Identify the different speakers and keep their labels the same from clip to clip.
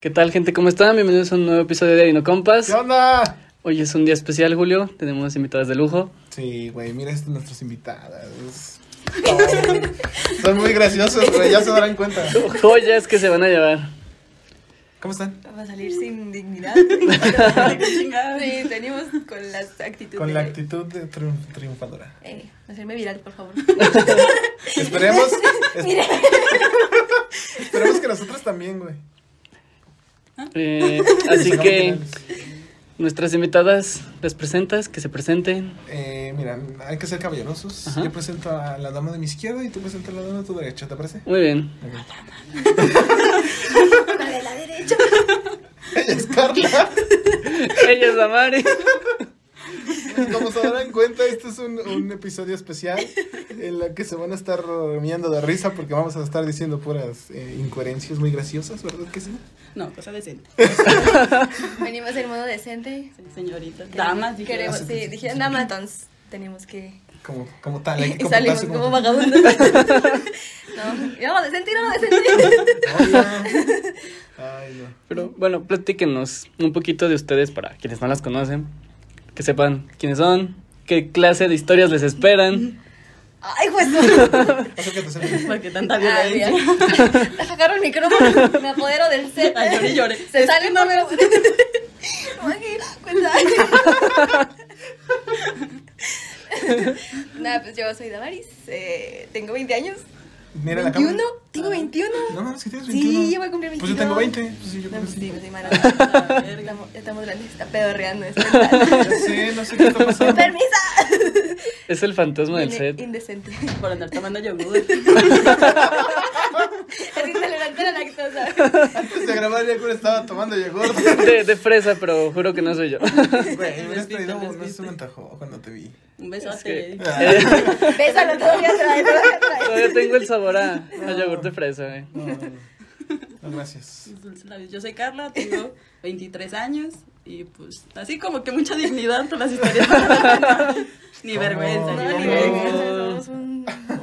Speaker 1: ¿Qué tal, gente? ¿Cómo están? Bienvenidos a un nuevo episodio de Dino Compas.
Speaker 2: ¿Qué onda?
Speaker 1: Hoy es un día especial, Julio. Tenemos invitadas de lujo.
Speaker 2: Sí, güey, mira este estas nuestras invitadas. Son muy graciosos, güey, ya se darán cuenta.
Speaker 1: Joyas que se van a llevar.
Speaker 2: ¿Cómo están?
Speaker 3: Va a salir sin dignidad. sí, venimos con las actitudes.
Speaker 2: Con la actitud de triunf- triunfadora.
Speaker 3: Eh, hacerme viral, por favor.
Speaker 2: Esperemos. es- Esperemos que nosotros también, güey.
Speaker 1: Eh, así
Speaker 2: Sigamos
Speaker 1: que
Speaker 2: finales.
Speaker 1: nuestras invitadas las presentas, que se presenten.
Speaker 2: Eh, mira, hay que ser caballerosos.
Speaker 1: Ajá.
Speaker 2: Yo presento a la dama de mi izquierda y tú presentas a la dama de tu derecha, ¿te parece?
Speaker 1: Muy bien.
Speaker 3: La de la derecha.
Speaker 2: Ella es Carla.
Speaker 1: Ella es la Mari.
Speaker 2: Como se darán cuenta, este es un, un episodio especial en la que se van a estar meando de risa porque vamos a estar diciendo puras eh, incoherencias muy graciosas, ¿verdad que sí?
Speaker 4: No, cosa decente.
Speaker 3: Venimos en modo decente.
Speaker 4: Señorita. Damas, dije.
Speaker 3: Queremos,
Speaker 2: Ah, sí, sí,
Speaker 3: sí,
Speaker 2: sí.
Speaker 3: dijeron damas, entonces tenemos que...
Speaker 2: Como, como tal, hay que
Speaker 3: Y salimos
Speaker 2: comportarse
Speaker 3: como
Speaker 2: como...
Speaker 3: vagabundos. no, y vamos decente, y vamos decente.
Speaker 2: Hola. Ay, no.
Speaker 1: Pero bueno, platíquenos un poquito de ustedes para quienes no las conocen. Que sepan quiénes son, qué clase de historias les esperan.
Speaker 3: Ay, pues no.
Speaker 2: Acércate, acércate.
Speaker 4: Porque tanta
Speaker 3: Ay,
Speaker 4: violencia.
Speaker 3: mira. Agarro el micrófono, me apodero del set.
Speaker 4: Ay, llore, llore.
Speaker 3: Se sale por el... Ay, cuenta. Nada, pues yo soy Damaris, eh, tengo 20 años.
Speaker 2: Mira la cámara.
Speaker 3: 21, tengo 21.
Speaker 2: No mames, que tienes
Speaker 3: Sí,
Speaker 2: 21.
Speaker 3: yo voy a cumplir
Speaker 2: Pues yo tengo
Speaker 3: 22.
Speaker 2: 20. Pues sí, yo
Speaker 3: No,
Speaker 2: creo que
Speaker 3: pues sí,
Speaker 2: sí.
Speaker 3: pues sí, mano. Estamos, estamos grandes, está pedorreando. este Está
Speaker 2: Ya sé, no sé qué está pasando.
Speaker 3: ¡Permisa!
Speaker 1: Es el fantasma del
Speaker 3: Vine
Speaker 1: set.
Speaker 3: Indecente.
Speaker 4: Por andar tomando yogur.
Speaker 3: Así se levanta la lactosa.
Speaker 2: Antes de grabar, ya que estaba tomando yogur.
Speaker 1: De, de fresa, pero juro que no soy yo.
Speaker 2: Güey, me hubieras
Speaker 4: Despiste,
Speaker 2: traído, no
Speaker 4: despiste.
Speaker 2: se me antojó cuando te vi.
Speaker 4: Un
Speaker 1: Es que- eh,
Speaker 4: besote.
Speaker 2: Ah,
Speaker 3: Bésalo, todavía trae, todavía trae.
Speaker 1: Todavía tengo el sabor a, a yogur de fresa, güey.
Speaker 2: no, no, no, gracias.
Speaker 4: Sus dulces labios. Yo soy Carla, tengo 23 años. Y pues, así como que mucha dignidad por las historias. ni
Speaker 2: ¿Cómo?
Speaker 4: vergüenza.
Speaker 3: No,
Speaker 4: ni
Speaker 3: ni
Speaker 2: No.
Speaker 3: verga,
Speaker 4: vergüenza.
Speaker 3: somos un-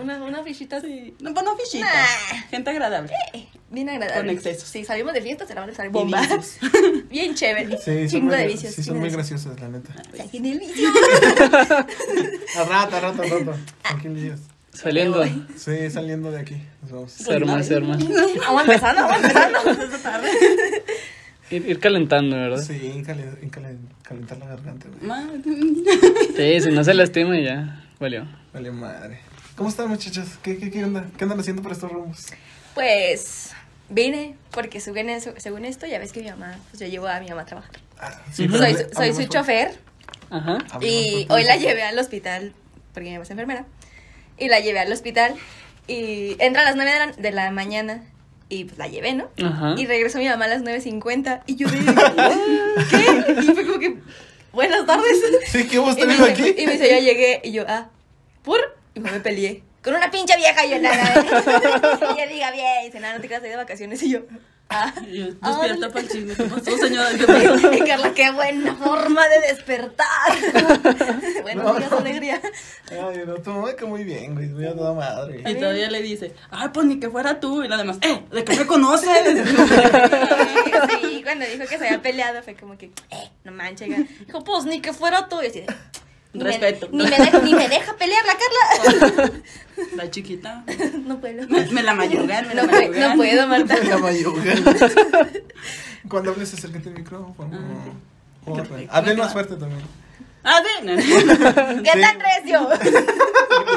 Speaker 3: una, una fichita así.
Speaker 4: Sí. No, pues no fichitas.
Speaker 3: Nah.
Speaker 4: Gente agradable.
Speaker 3: Eh, Bien agradable.
Speaker 4: Con excesos.
Speaker 3: Si salimos de fiesta, se la van a usar
Speaker 4: Y
Speaker 3: bomba.
Speaker 4: vicios.
Speaker 3: Bien chévere.
Speaker 2: Sí, son
Speaker 3: Chingo
Speaker 2: muy,
Speaker 3: de vicios.
Speaker 2: sí, son
Speaker 3: chingo
Speaker 2: muy
Speaker 3: de vicios.
Speaker 2: graciosas, la neta.
Speaker 3: Ay, tiene el vicio.
Speaker 2: A rato, a rato, a rato.
Speaker 3: Ah.
Speaker 2: Tranquilos.
Speaker 1: Saliendo.
Speaker 2: Sí, saliendo de aquí. Nos vamos.
Speaker 1: Se arma,
Speaker 3: pues,
Speaker 1: se arma.
Speaker 3: Vamos empezando, vamos empezando.
Speaker 4: Esta pues, tarde.
Speaker 1: Ir, ir calentando, ¿verdad? Sí.
Speaker 2: Sí, en calen- en calen- calentar la garganta, güey.
Speaker 4: Ma-
Speaker 1: si no se lastima y ya. Valió.
Speaker 2: Vale madre. ¿Cómo están, muchachos? ¿Qué, qué, qué onda? ¿Qué andan haciendo para estos rumbos?
Speaker 3: Pues vine, porque según, eso- según esto, ya ves que mi mamá, pues yo llevo a mi mamá a trabajar.
Speaker 2: Ah, pero
Speaker 3: Pues
Speaker 2: hable-
Speaker 3: Soy, su- soy
Speaker 2: hablemos
Speaker 3: su
Speaker 2: por-
Speaker 3: chofer
Speaker 1: Ajá.
Speaker 2: hablemos
Speaker 3: y
Speaker 2: por-
Speaker 3: hoy la llevé al hospital, porque mi mamá es enfermera, y la llevé al hospital y entra a las 9 de la, de la mañana y pues la llevé, ¿no?
Speaker 1: Ajá.
Speaker 3: Y regresó mi mamá a las 9.50 y yo de ¿qué? Y fue como que, buenas tardes.
Speaker 2: Sí, ¿qué vos
Speaker 3: Y me,
Speaker 2: tenés
Speaker 3: dice-
Speaker 2: aquí?
Speaker 3: y me dice, ya llegué. Y yo, ah, ¿por? Y me peleé. Con una pinche vieja y yo nada. ¿eh? y yo diga, bien, y dice, nada, no te quedas ahí de vacaciones. Y yo, ah.
Speaker 4: Yo
Speaker 3: Ah,
Speaker 4: despierta
Speaker 3: no.
Speaker 4: para el chisme. ¿Qué pasó, señora? ¿Qué pasó?
Speaker 3: Ay, Carla, qué buena forma de despertar. Buenos
Speaker 2: No,
Speaker 3: días,
Speaker 2: no.
Speaker 3: alegría.
Speaker 2: Ay, no, tu mamá que muy bien, güey. Muy a toda madre.
Speaker 4: Y todavía le dice, ay, pues ni que fuera tú. Y la demás, eh, ¿de qué me conoces?
Speaker 3: Sí, cuando dijo que se había peleado fue como que, eh, no manches. ya. Dijo, pues ni que fuera tú. Y así de, ni me-
Speaker 4: Respeto.
Speaker 3: Ni me, de- ni me deja pelear la Carla.
Speaker 4: La chiquita.
Speaker 3: No puedo.
Speaker 4: Me, me la mayugan, me la
Speaker 3: No, pue- no
Speaker 4: mayugan.
Speaker 3: puedo, Marta.
Speaker 2: La mayuga. Cuando hables, acércate al micrófono.
Speaker 4: Ah,
Speaker 2: Porfa.
Speaker 4: Perfecto.
Speaker 2: Hablen más fuerte también.
Speaker 4: Ah, de.
Speaker 3: ¿Qué tan recio?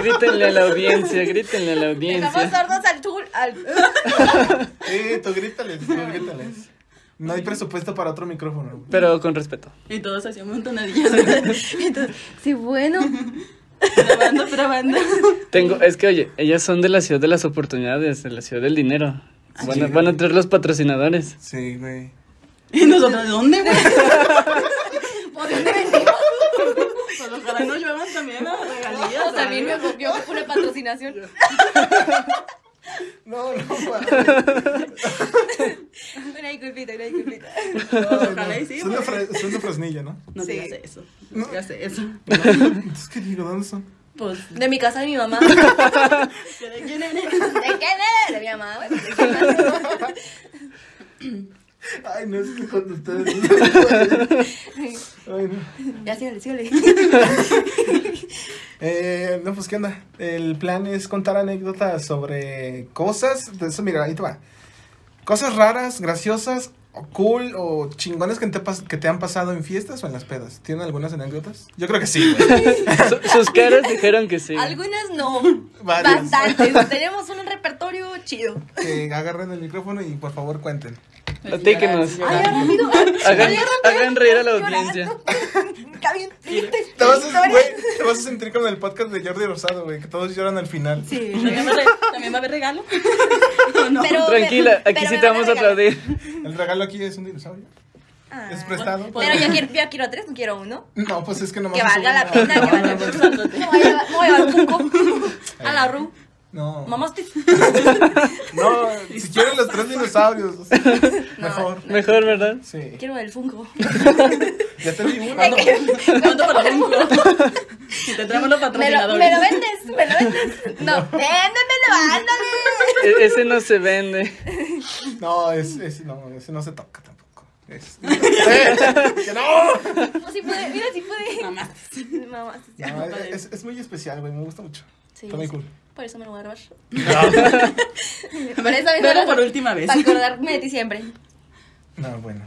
Speaker 1: Grítenle a la audiencia, grítenle a la
Speaker 3: Dejamos
Speaker 1: audiencia.
Speaker 3: sordos al tour. Al...
Speaker 2: Sí, tú grítales, tú grítales. No hay presupuesto para otro micrófono. güey.
Speaker 1: Pero con respeto.
Speaker 4: Y todos hacían montonadillas. ¿verdad?
Speaker 3: Entonces, sí, bueno.
Speaker 4: Grabando, grabando.
Speaker 1: Tengo, es que oye, ellas son de la ciudad de las oportunidades, de la ciudad del dinero. Van a,
Speaker 2: sí.
Speaker 1: van a traer los patrocinadores.
Speaker 2: Sí, güey.
Speaker 4: Y nosotros, ¿de dónde, güey?
Speaker 3: ¿Por dónde venimos?
Speaker 4: Pues ojalá no lluevan también las regalías.
Speaker 3: O sea, a mí me copió una patrocinación.
Speaker 2: No, no, güey.
Speaker 3: Una disculpita, una disculpita.
Speaker 4: Pues Ojalá y sí,
Speaker 2: Son de,
Speaker 4: porque-
Speaker 2: fre- son de Fresnillo, ¿no?
Speaker 4: No
Speaker 3: Sí.
Speaker 4: digas eso. No digas eso.
Speaker 2: Entonces, ¿qué digo? ¿Dónde son?
Speaker 4: Pues,
Speaker 3: De mi casa de mi mamá.
Speaker 4: ¿de quién eres?
Speaker 3: Pues ¿De qué? De mi mamá, güey. ¿De qué más?
Speaker 2: Ay, no, es que cuando ustedes. no se puede. Ay, no.
Speaker 3: Ya, sígale, sígale.
Speaker 2: Eh, no, pues qué onda. El plan es contar anécdotas sobre cosas. De eso, mira, ahí te va. Cosas raras, graciosas, o cool o chingones que te, pas- que te han pasado en fiestas o en las pedas. ¿Tienen algunas anécdotas? Yo creo que sí. güey.
Speaker 1: Su- sus caras dijeron que sí.
Speaker 3: Algunas no.
Speaker 2: Varias.
Speaker 3: Bastantes. Tenemos un repertorio chido.
Speaker 2: que agarren el micrófono y por favor cuenten.
Speaker 1: Platíquenos.
Speaker 4: Llorar,
Speaker 3: Ay,
Speaker 4: llorar.
Speaker 3: ahora amigo.
Speaker 1: Hagan, hagan reír a la audiencia.
Speaker 3: Está bien triste.
Speaker 2: Te vas, a,
Speaker 3: Historia.
Speaker 2: güey, te vas a sentir como en el podcast de Jordi Rosado, güey, que todos lloran al final.
Speaker 3: Sí.
Speaker 4: ¿También va a haber- ¿También va a haber regalo? ¿O no?
Speaker 3: Pero-
Speaker 1: Tranquila,
Speaker 3: pero
Speaker 1: aquí
Speaker 3: me
Speaker 1: sí
Speaker 3: van
Speaker 1: te
Speaker 3: a
Speaker 1: vamos a
Speaker 3: regalar.
Speaker 1: aplaudir.
Speaker 2: El regalo aquí es un dinosaurio.
Speaker 3: Ah.
Speaker 2: Es prestado.
Speaker 3: Pero yo quiero, yo quiero tres, no quiero uno.
Speaker 2: No, pues es que nomás.
Speaker 3: Que
Speaker 2: es
Speaker 3: valga la
Speaker 2: uno.
Speaker 3: pena, que valga la pena. Me voy a llevar- me voy a llevar un cuco a la RU.
Speaker 2: No.
Speaker 3: Mamás, tis.
Speaker 2: No, si quieren los tres dinosaurios. o sea, mejor.
Speaker 1: Mejor, ¿verdad?
Speaker 2: Sí.
Speaker 3: Quiero el Funko.
Speaker 2: Ya te di uno.
Speaker 3: Ay, que-
Speaker 4: ¿Cuánto para el Funko? Si te traemos los
Speaker 3: Me lo,
Speaker 4: patrocinadores.
Speaker 3: me lo vendes, me lo vendes. No, véndemelo, ándale.
Speaker 1: E- ese no se vende.
Speaker 2: No, es, es- no, ese no se toca tampoco. Es- ¡Eh! ¡Que no!
Speaker 3: No, sí pude, mira, sí pude.
Speaker 4: Mamá.
Speaker 3: Mamá, sí.
Speaker 2: No, es, es muy especial, güey. Me gusta mucho.
Speaker 3: Sí,
Speaker 2: Está muy
Speaker 3: sí.
Speaker 2: cool.
Speaker 3: Por eso me lo voy a robar. Por eso me lo
Speaker 4: Pero por última vez.
Speaker 3: Para acordarme de ti siempre.
Speaker 2: No, bueno.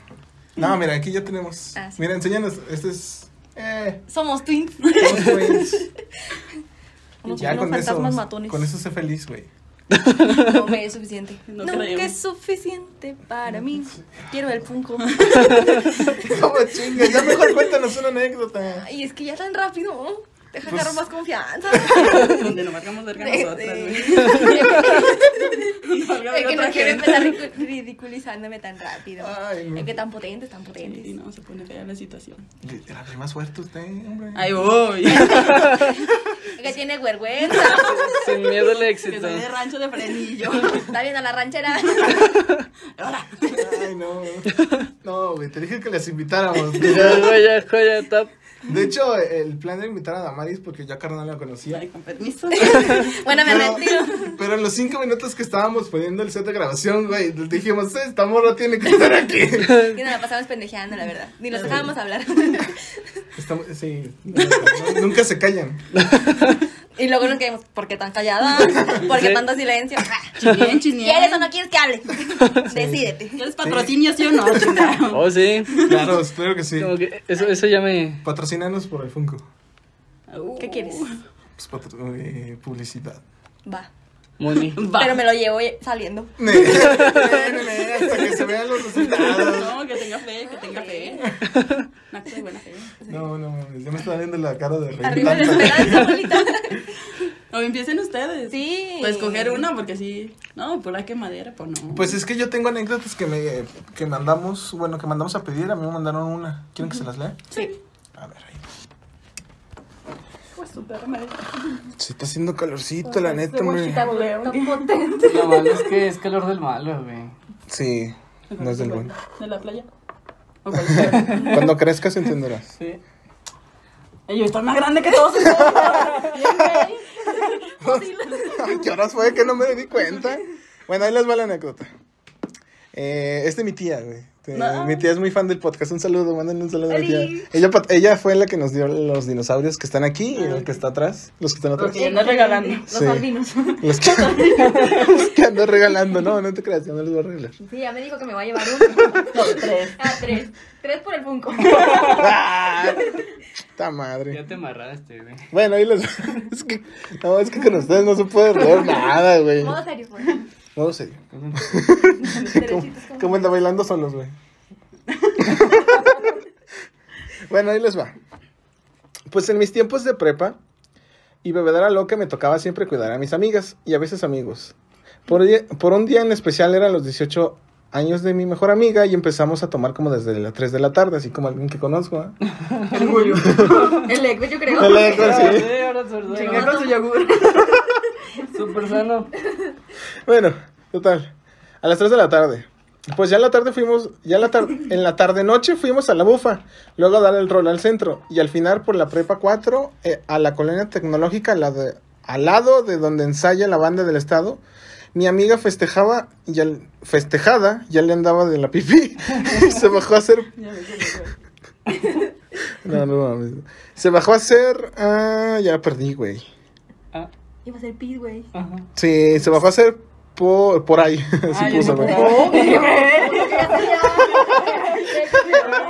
Speaker 2: No, mira, aquí ya tenemos.
Speaker 3: Ah, sí.
Speaker 2: Mira, enséñanos. Este es. Eh.
Speaker 3: Somos twins.
Speaker 2: Los twins.
Speaker 3: Unos,
Speaker 2: Ya
Speaker 3: unos
Speaker 2: con eso,
Speaker 3: fantasmas matones.
Speaker 2: con eso sé feliz, güey.
Speaker 3: No me es suficiente.
Speaker 4: No
Speaker 3: Nunca
Speaker 4: creo.
Speaker 3: es suficiente para mí. Quiero el Funko.
Speaker 2: ¿Cómo chinga? Ya mejor cuéntanos una anécdota.
Speaker 3: Ay, es que ya tan rápido. ¿no? Deja
Speaker 2: Pues-
Speaker 3: agarrar más confianza.
Speaker 4: Donde nos marcamos verga
Speaker 3: De-
Speaker 4: nosotras, güey. Nos valga
Speaker 3: Es que
Speaker 4: otra
Speaker 3: no quiero
Speaker 4: gente.
Speaker 3: empezar ridicu- ridiculizándome tan rápido.
Speaker 2: Ay, no.
Speaker 3: Es que tan potentes, tan potentes.
Speaker 4: Y no, se pone fea la situación.
Speaker 2: La hablé más fuerte usted, hombre.
Speaker 4: Ahí voy.
Speaker 3: Es que tiene vergüenza.
Speaker 1: Sin miedo al
Speaker 4: Que
Speaker 1: éxito.
Speaker 4: soy de rancho de frenillo.
Speaker 3: Está viendo a la ranchera.
Speaker 4: Ahora.
Speaker 2: Ay, no. No, güey, te dije que les invitáramos.
Speaker 1: Joya, joya, top.
Speaker 2: De hecho, el plan era invitar a Damaris porque yo a Carnal la conocía.
Speaker 4: Ay, con permiso.
Speaker 3: Bueno, me retiro.
Speaker 2: pero en los cinco minutos que estábamos poniendo el set de grabación, güey, les dijimos, "Eh, esta morra tiene que estar aquí.
Speaker 3: Y nos la pasamos pendejeando, la verdad. Ni nos dejábamos hablar.
Speaker 2: Estamos- sí, no, nunca se callan.
Speaker 3: Y luego nos quedamos, ¿por qué tan callada? ¿Por qué
Speaker 1: Sí.
Speaker 3: tanto silencio?
Speaker 4: Chisnien,
Speaker 3: ¿Quieres o
Speaker 4: chisnien.
Speaker 3: no quieres que hable? Decídete.
Speaker 4: ¿Quieres patrocinio, sí o no? Chingado.
Speaker 1: Oh, sí.
Speaker 2: Claro, claro que sí.
Speaker 1: Como que eso, eso ya me.
Speaker 2: Patrocínanos por el Funko.
Speaker 4: Uh.
Speaker 3: ¿Qué quieres?
Speaker 2: Pues patro- eh, publicidad.
Speaker 3: Va.
Speaker 1: Moni.
Speaker 4: Va.
Speaker 3: Pero me lo llevo saliendo.
Speaker 2: Ne, ne, ne, Hasta que se vean los resultados.
Speaker 4: No, que tenga fe, que tenga fe. Un acto de buena fe.
Speaker 2: No, no, mames, ya me está viendo la cara de reír
Speaker 3: Arriba la
Speaker 2: tanto.
Speaker 3: esperanza, abuelita.
Speaker 4: O empiecen ustedes.
Speaker 3: Sí.
Speaker 4: Pues escoger una, porque sí. No, por la quemadera, pues no.
Speaker 2: Pues es que yo tengo anécdotas que me que mandamos, bueno, que mandamos a pedir, a mí me mandaron una. ¿Quieren que se las lea?
Speaker 3: Sí.
Speaker 2: A ver, ahí.
Speaker 4: Pues su perra madre.
Speaker 2: Se está haciendo calorcito, la neta, hombre.
Speaker 3: Tan potente.
Speaker 1: Lo malo es que es calor del malo, güey.
Speaker 2: Sí, no es del bueno.
Speaker 4: De la playa. O cualquiera.
Speaker 2: Cuando crezcas entenderás.
Speaker 4: Sí. Ellos están más grande que todos ustedes. Bien, güey.
Speaker 2: Ay, ¿Qué horas fue que no me di cuenta? Bueno, ahí les va la anécdota. Eh, es de mi tía, güey. Te-
Speaker 4: No.
Speaker 2: Mi tía es muy fan del podcast. Un saludo, mándenle un saludo a mi tía.
Speaker 3: Oli.
Speaker 2: Ella, pat- ella fue la que nos dio los dinosaurios que están aquí y el que está atrás. Los que están atrás.
Speaker 4: Porque ya andas regalando.
Speaker 3: Los
Speaker 2: Sí.
Speaker 3: albinos.
Speaker 2: Los que, los que ando regalando, no, no te creas, yo no les voy a regalar.
Speaker 3: Sí, ya me dijo que me va a llevar uno.
Speaker 4: No, tres.
Speaker 3: Ah, tres. Tres por el Funko.
Speaker 2: ¡Ah! ¡Ta
Speaker 1: Ya
Speaker 2: madre!
Speaker 1: te amarraste, güey.
Speaker 2: Bueno, ahí les. Es que, no, es que con ustedes no se puede reír nada, güey.
Speaker 3: Modo serio, pues.
Speaker 2: Modo serio.
Speaker 3: Derechitos como-
Speaker 2: ¿Cómo anda bailando solos, güey? bueno, ahí les va. Pues en mis tiempos de prepa y bebedera loca me tocaba siempre cuidar a mis amigas y a veces amigos. Por, día- por un día en especial eran los 18 años de mi mejor amiga y empezamos a tomar como desde las 3 de la tarde, así como alguien que conozco. ¿eh?
Speaker 4: Orgullo.
Speaker 3: El eco, yo creo.
Speaker 2: El eco, sí.
Speaker 1: ahora sordo.
Speaker 4: Chingar con su yogur.
Speaker 1: Super sano.
Speaker 2: Bueno, total. A las 3 de la tarde. Pues ya en la tarde fuimos, ya en la tarde, en la tarde noche fuimos a la bufa, luego a dar el rol al centro y al final por la prepa 4 eh, a la colonia tecnológica, la de- al lado de donde ensaya la banda del estado,
Speaker 5: Mi amiga festejaba, ya, festejada, ya le andaba de la pipí. se bajó a hacer
Speaker 4: Ya me acuerdo.
Speaker 5: No, no mames. Se bajó a hacer. Ah, ya perdí, güey.
Speaker 1: Ah,
Speaker 3: Iba a ser pis, güey.
Speaker 1: ajá.
Speaker 5: Sí, se bajó a hacer por, por ahí. Así
Speaker 4: Ay,
Speaker 5: puso,
Speaker 4: Ah, no,
Speaker 5: güey.
Speaker 4: no,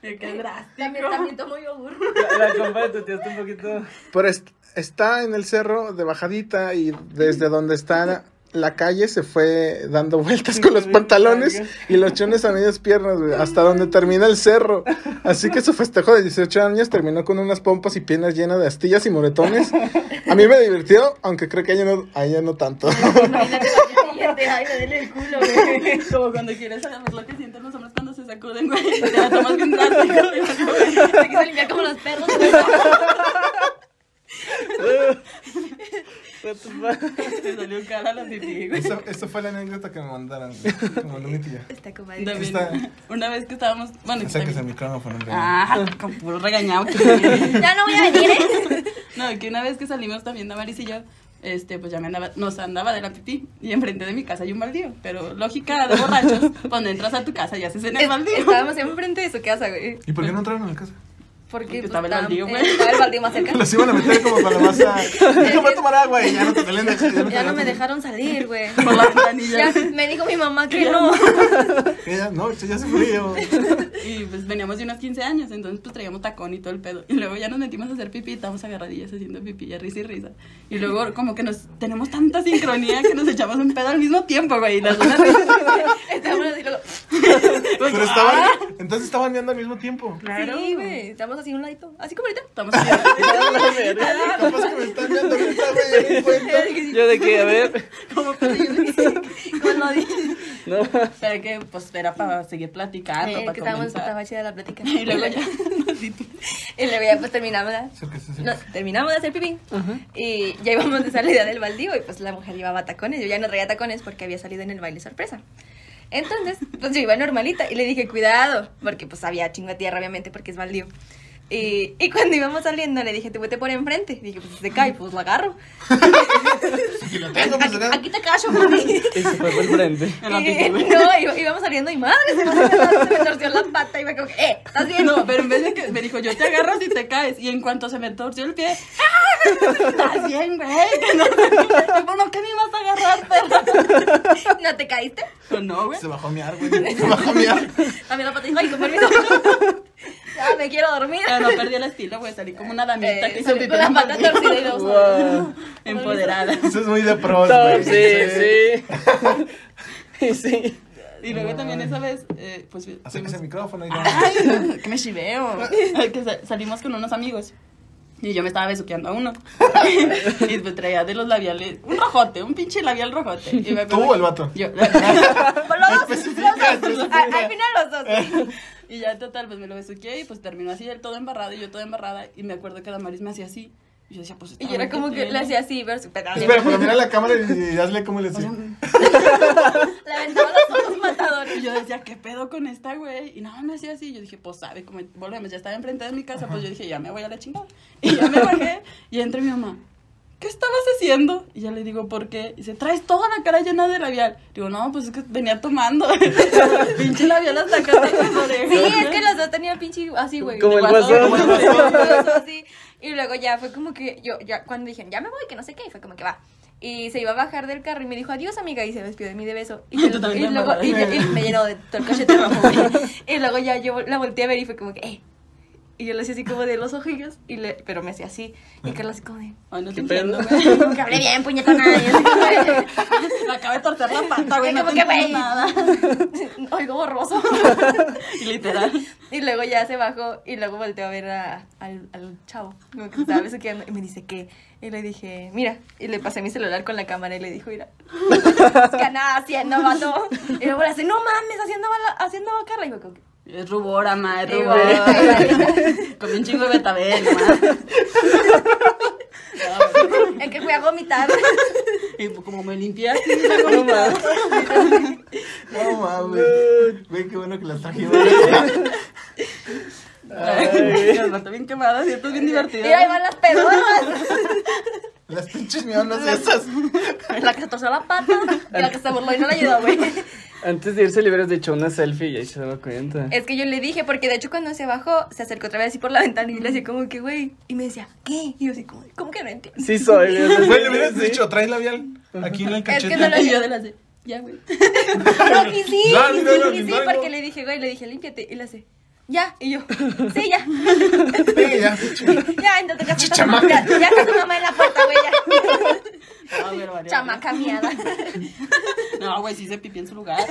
Speaker 4: Qué
Speaker 3: También,
Speaker 4: drástico.
Speaker 3: también tomo yogur.
Speaker 1: La, la compa de tu tía está un poquito.
Speaker 5: Pero est- está en el cerro de bajadita y desde donde está la, la calle se fue dando vueltas con los pantalones y los chones a medias piernas, güey, hasta donde termina el cerro. Así que su festejo de 18 años terminó con unas pompas y piernas llenas de astillas y moretones. A mí me divirtió, aunque creo que a ella no, a ella no tanto.
Speaker 3: Imagínate la siguiente, ay, me duele el culo, güey.
Speaker 4: Como cuando quieres saber lo que sienten los hombres cuando se sacuden, güey. Te la tomas bien drástico. y vas como-
Speaker 3: Te quise limpiar como los perros, güey.
Speaker 1: What the fuck?
Speaker 4: Te salió cara la pipí, güey.
Speaker 2: Esa, esa fue la anécdota que me mandaron, como lo metía.
Speaker 3: Está con madre.
Speaker 4: También,
Speaker 2: Está-
Speaker 4: una vez que estábamos. Bueno, que
Speaker 2: Sáquese el
Speaker 4: también-
Speaker 2: micrófono. güey.
Speaker 4: Ah, con puro regañado. que-
Speaker 3: Ya no voy a venir, ¿eh?
Speaker 4: No, que una vez que salimos también Damaris y yo, este, pues ya me andaba, nos andaba de la pipí y enfrente de mi casa hay un baldío. Pero lógica de borrachos, cuando entras a tu casa ya haces en el baldío.
Speaker 3: Estábamos enfrente de su casa, güey.
Speaker 2: ¿Y por qué no entraron a la casa?
Speaker 3: Porque
Speaker 4: Porque estaba el
Speaker 3: tam-
Speaker 4: baldío,
Speaker 3: eh,
Speaker 4: güey.
Speaker 3: Estaba el baldío más cerca.
Speaker 2: Los iban a meter como cuando vas a. Déjame tomar agua y ya no te salen de aquí.
Speaker 3: Ya no me dejaron salir, güey.
Speaker 4: Por la
Speaker 3: Ya
Speaker 4: ventanilla.
Speaker 3: me dijo mi mamá que no.
Speaker 2: Ella, no, ya hace frío.
Speaker 4: Y pues veníamos de unos 15 años, entonces pues traíamos tacón y todo el pedo. Y luego ya nos metimos a hacer pipí, estábamos agarradillas haciendo pipí, ya risa y risa. Y luego como que nos tenemos tanta sincronía que nos echamos un pedo al mismo tiempo, güey. Y las dos así,
Speaker 3: Estábamos así, luego,
Speaker 2: Pero estaban.
Speaker 3: Ah.
Speaker 2: Entonces estaban viendo al mismo tiempo.
Speaker 3: Sí, güey. Estamos así un ladito. Así como ahorita.
Speaker 4: Estamos haciendo
Speaker 2: Capaz que me están viendo ahorita, güey, ya me cuento.
Speaker 1: Yo de que, a ver.
Speaker 4: como pedo.
Speaker 3: Con lo dije.
Speaker 1: No.
Speaker 4: Pero que pues era para seguir platicando,
Speaker 3: Eh,
Speaker 4: para
Speaker 3: que estábamos
Speaker 4: comenzar.
Speaker 3: estaba chida la plática.
Speaker 4: Ah, Y luego ya.
Speaker 3: Y luego ya pues terminamos. ¿verdad?
Speaker 2: Acérquese,
Speaker 3: No,
Speaker 2: acérquese.
Speaker 3: terminamos de hacer pipí y ya íbamos de salida del baldío y pues la mujer llevaba tacones. Yo ya no traía tacones porque había salido en el baile sorpresa. Entonces, pues yo iba normalita y le dije, cuidado, porque pues había chingo de tierra obviamente porque es baldío. Y, y cuando íbamos saliendo le dije, tú vete por enfrente. Y dije, pues si se cae, pues lo agarro.
Speaker 2: Aquí lo tengo, pues
Speaker 3: Aquí,
Speaker 2: acá.
Speaker 3: aquí te cacho, mami.
Speaker 1: Y se fue por el frente.
Speaker 4: En la
Speaker 3: Y-
Speaker 4: pipí, güey.
Speaker 3: no, iba- íbamos saliendo y madre, se me, se me torció la pata y me como, que, eh, ¿estás bien?
Speaker 4: No, pero en vez de que me dijo, yo te agarro si te caes. Y en cuanto se me torció el pie, ¡ah! Estás bien, güey. Que no te caes. Yo, "Pues, no, que me ibas a agarrar, pero.
Speaker 3: ¿No te caíste?
Speaker 4: Yo, No, güey.
Speaker 2: Se bajó a miar, güey. Se bajó a miar.
Speaker 3: También la pata dijo, ay, con permiso. ya me quiero dormir.
Speaker 4: Pero no perdí el estilo, güey. Salí como una damita
Speaker 3: Eh,
Speaker 4: que hizo
Speaker 3: salí
Speaker 4: pipí
Speaker 3: con la pata torcida y los-
Speaker 1: Wow.
Speaker 4: Empoderada.
Speaker 2: Eso es muy de pros,
Speaker 1: No,
Speaker 2: güey.
Speaker 1: sí, sí. Y sí.
Speaker 4: Y luego también esa vez, eh, pues.
Speaker 2: Acérquese el
Speaker 4: fuimos-
Speaker 2: micrófono y
Speaker 3: Ah.
Speaker 2: ya.
Speaker 4: Ay, que me chiveo. Que sa- salimos con unos amigos. Y yo me estaba besuqueando a uno. y pues traía de los labiales un rojote, un pinche labial rojote. Y me acuerdo
Speaker 2: ¿Tú o el vato?
Speaker 4: Yo.
Speaker 3: Por los dos, los dos.
Speaker 2: especifica.
Speaker 3: Al, al final los dos.
Speaker 4: y ya total, pues me lo besuqué y pues terminó así, él todo embarrado y yo toda embarrada. Y me acuerdo que Damaris me hacía así. Y yo decía, pues. esta
Speaker 3: Y yo era
Speaker 4: mujer
Speaker 3: como que
Speaker 4: tiene.
Speaker 3: le hacía así, pero súper grande.
Speaker 2: Espera, pero mira la cámara y y hazle como le decía.
Speaker 3: Le aventaba los ojos matadores.
Speaker 4: Y yo decía, ¿qué pedo con esta, güey? Y nada, me hacía así. Yo dije, pues sabe, como volvemos, ya estaba enfrente de mi casa, pues yo dije, ya me voy a la chingada. Y ya me bajé y entra mi mamá. ¿Qué estabas haciendo? Y ya le digo, ¿por qué? Y dice, traes toda la cara llena de labial. Digo, no, pues es que venía tomando. Pinche labial hasta acá. hasta las orejas.
Speaker 3: Sí, es que los dos tenían pinche así, güey.
Speaker 1: Como
Speaker 3: de
Speaker 1: el
Speaker 3: guasón,
Speaker 1: guasón.
Speaker 3: güey, como el guasón, así. Y luego ya fue como que yo, ya cuando dijeron, ya me voy, que no sé qué, y fue como que va. Y se iba a bajar del carro y me dijo, adiós, amiga, y se despidió de mí de beso. Y,
Speaker 4: Tú
Speaker 3: yo-
Speaker 4: también
Speaker 3: y
Speaker 4: te
Speaker 3: luego y,
Speaker 4: embarras.
Speaker 3: yo- y me llenó de todo el cachete rojo, güey. Y luego ya yo la volteé a ver y fue como que, eh. Y yo le hacía así como de los ojillos, y le, pero me hacía así. Y Carla así como de,
Speaker 4: Ay, no
Speaker 1: Qué
Speaker 4: te entiendo,
Speaker 1: pedo.
Speaker 4: güey.
Speaker 3: como que hablé bien, puñetona. Y así como de,
Speaker 4: Me acaba de torcer la pata, güey.
Speaker 3: Ay,
Speaker 4: No
Speaker 3: como
Speaker 4: te
Speaker 3: que,
Speaker 4: entiendo
Speaker 3: güey.
Speaker 4: nada.
Speaker 3: Oigo borroso.
Speaker 4: Y literal.
Speaker 3: Y luego ya se bajó y luego volteó a ver a- al, al chavo, como que se estaba besuqueando, y me dice, ¿qué? Y le dije, mira, y le pasé mi celular con la cámara y le dijo, mira, es que andaba haciendo, vato. Y luego le dice, no mames, haciendo, bala- haciendo bacarla. Y yo como que,
Speaker 4: Es rubor, ama, es
Speaker 3: "Ey,
Speaker 4: rubor.
Speaker 3: güey, vale".
Speaker 4: Comí un chingo de betabel, nomás.
Speaker 3: es que fui a vomitar.
Speaker 4: Y pues, como me limpiaste,
Speaker 1: No mames.
Speaker 2: No mames. Güey, qué bueno que las trajimos. Güey,
Speaker 4: Ay, Dios, no, estoy bien quemada, sí, esto es bien
Speaker 3: Y
Speaker 4: divertido.
Speaker 3: ahí van las pedonas.
Speaker 2: Las pinches mionas esas.
Speaker 3: La que se torció la pata y la que se burló y no la ayudó, güey.
Speaker 1: Antes de irse le hubieras hecho una selfie y ahí se daba cuenta.
Speaker 3: Es que yo le dije, porque de hecho cuando se bajó, se acercó otra vez así por la ventana y yo le decía como que, güey. Y me decía, ¿qué? Y yo así como, ¿cómo que no entiendo?
Speaker 1: Sí soy.
Speaker 2: Güey, le hubieras dicho, trae labial. Aquí en el
Speaker 3: Es
Speaker 2: cachete.
Speaker 3: que no lo
Speaker 4: Y yo
Speaker 3: ayudó.
Speaker 4: de las de, ya, güey.
Speaker 3: No, que sí,
Speaker 2: No,
Speaker 3: que
Speaker 2: no,
Speaker 3: sí,
Speaker 2: no,
Speaker 3: que sí,
Speaker 2: no, no.
Speaker 3: porque le dije, güey, le dije, límpiate. Y le hace, ya. Y yo, sí, ya.
Speaker 2: Sí, ya.
Speaker 3: Ya, entonces ya está tu
Speaker 2: Chamaca.
Speaker 3: mamá. Ya está tu mamá en la puerta, güey. ya.
Speaker 4: No, güey, valió.
Speaker 3: Chamaca miada.
Speaker 4: No, güey, sí se pipí en su lugar.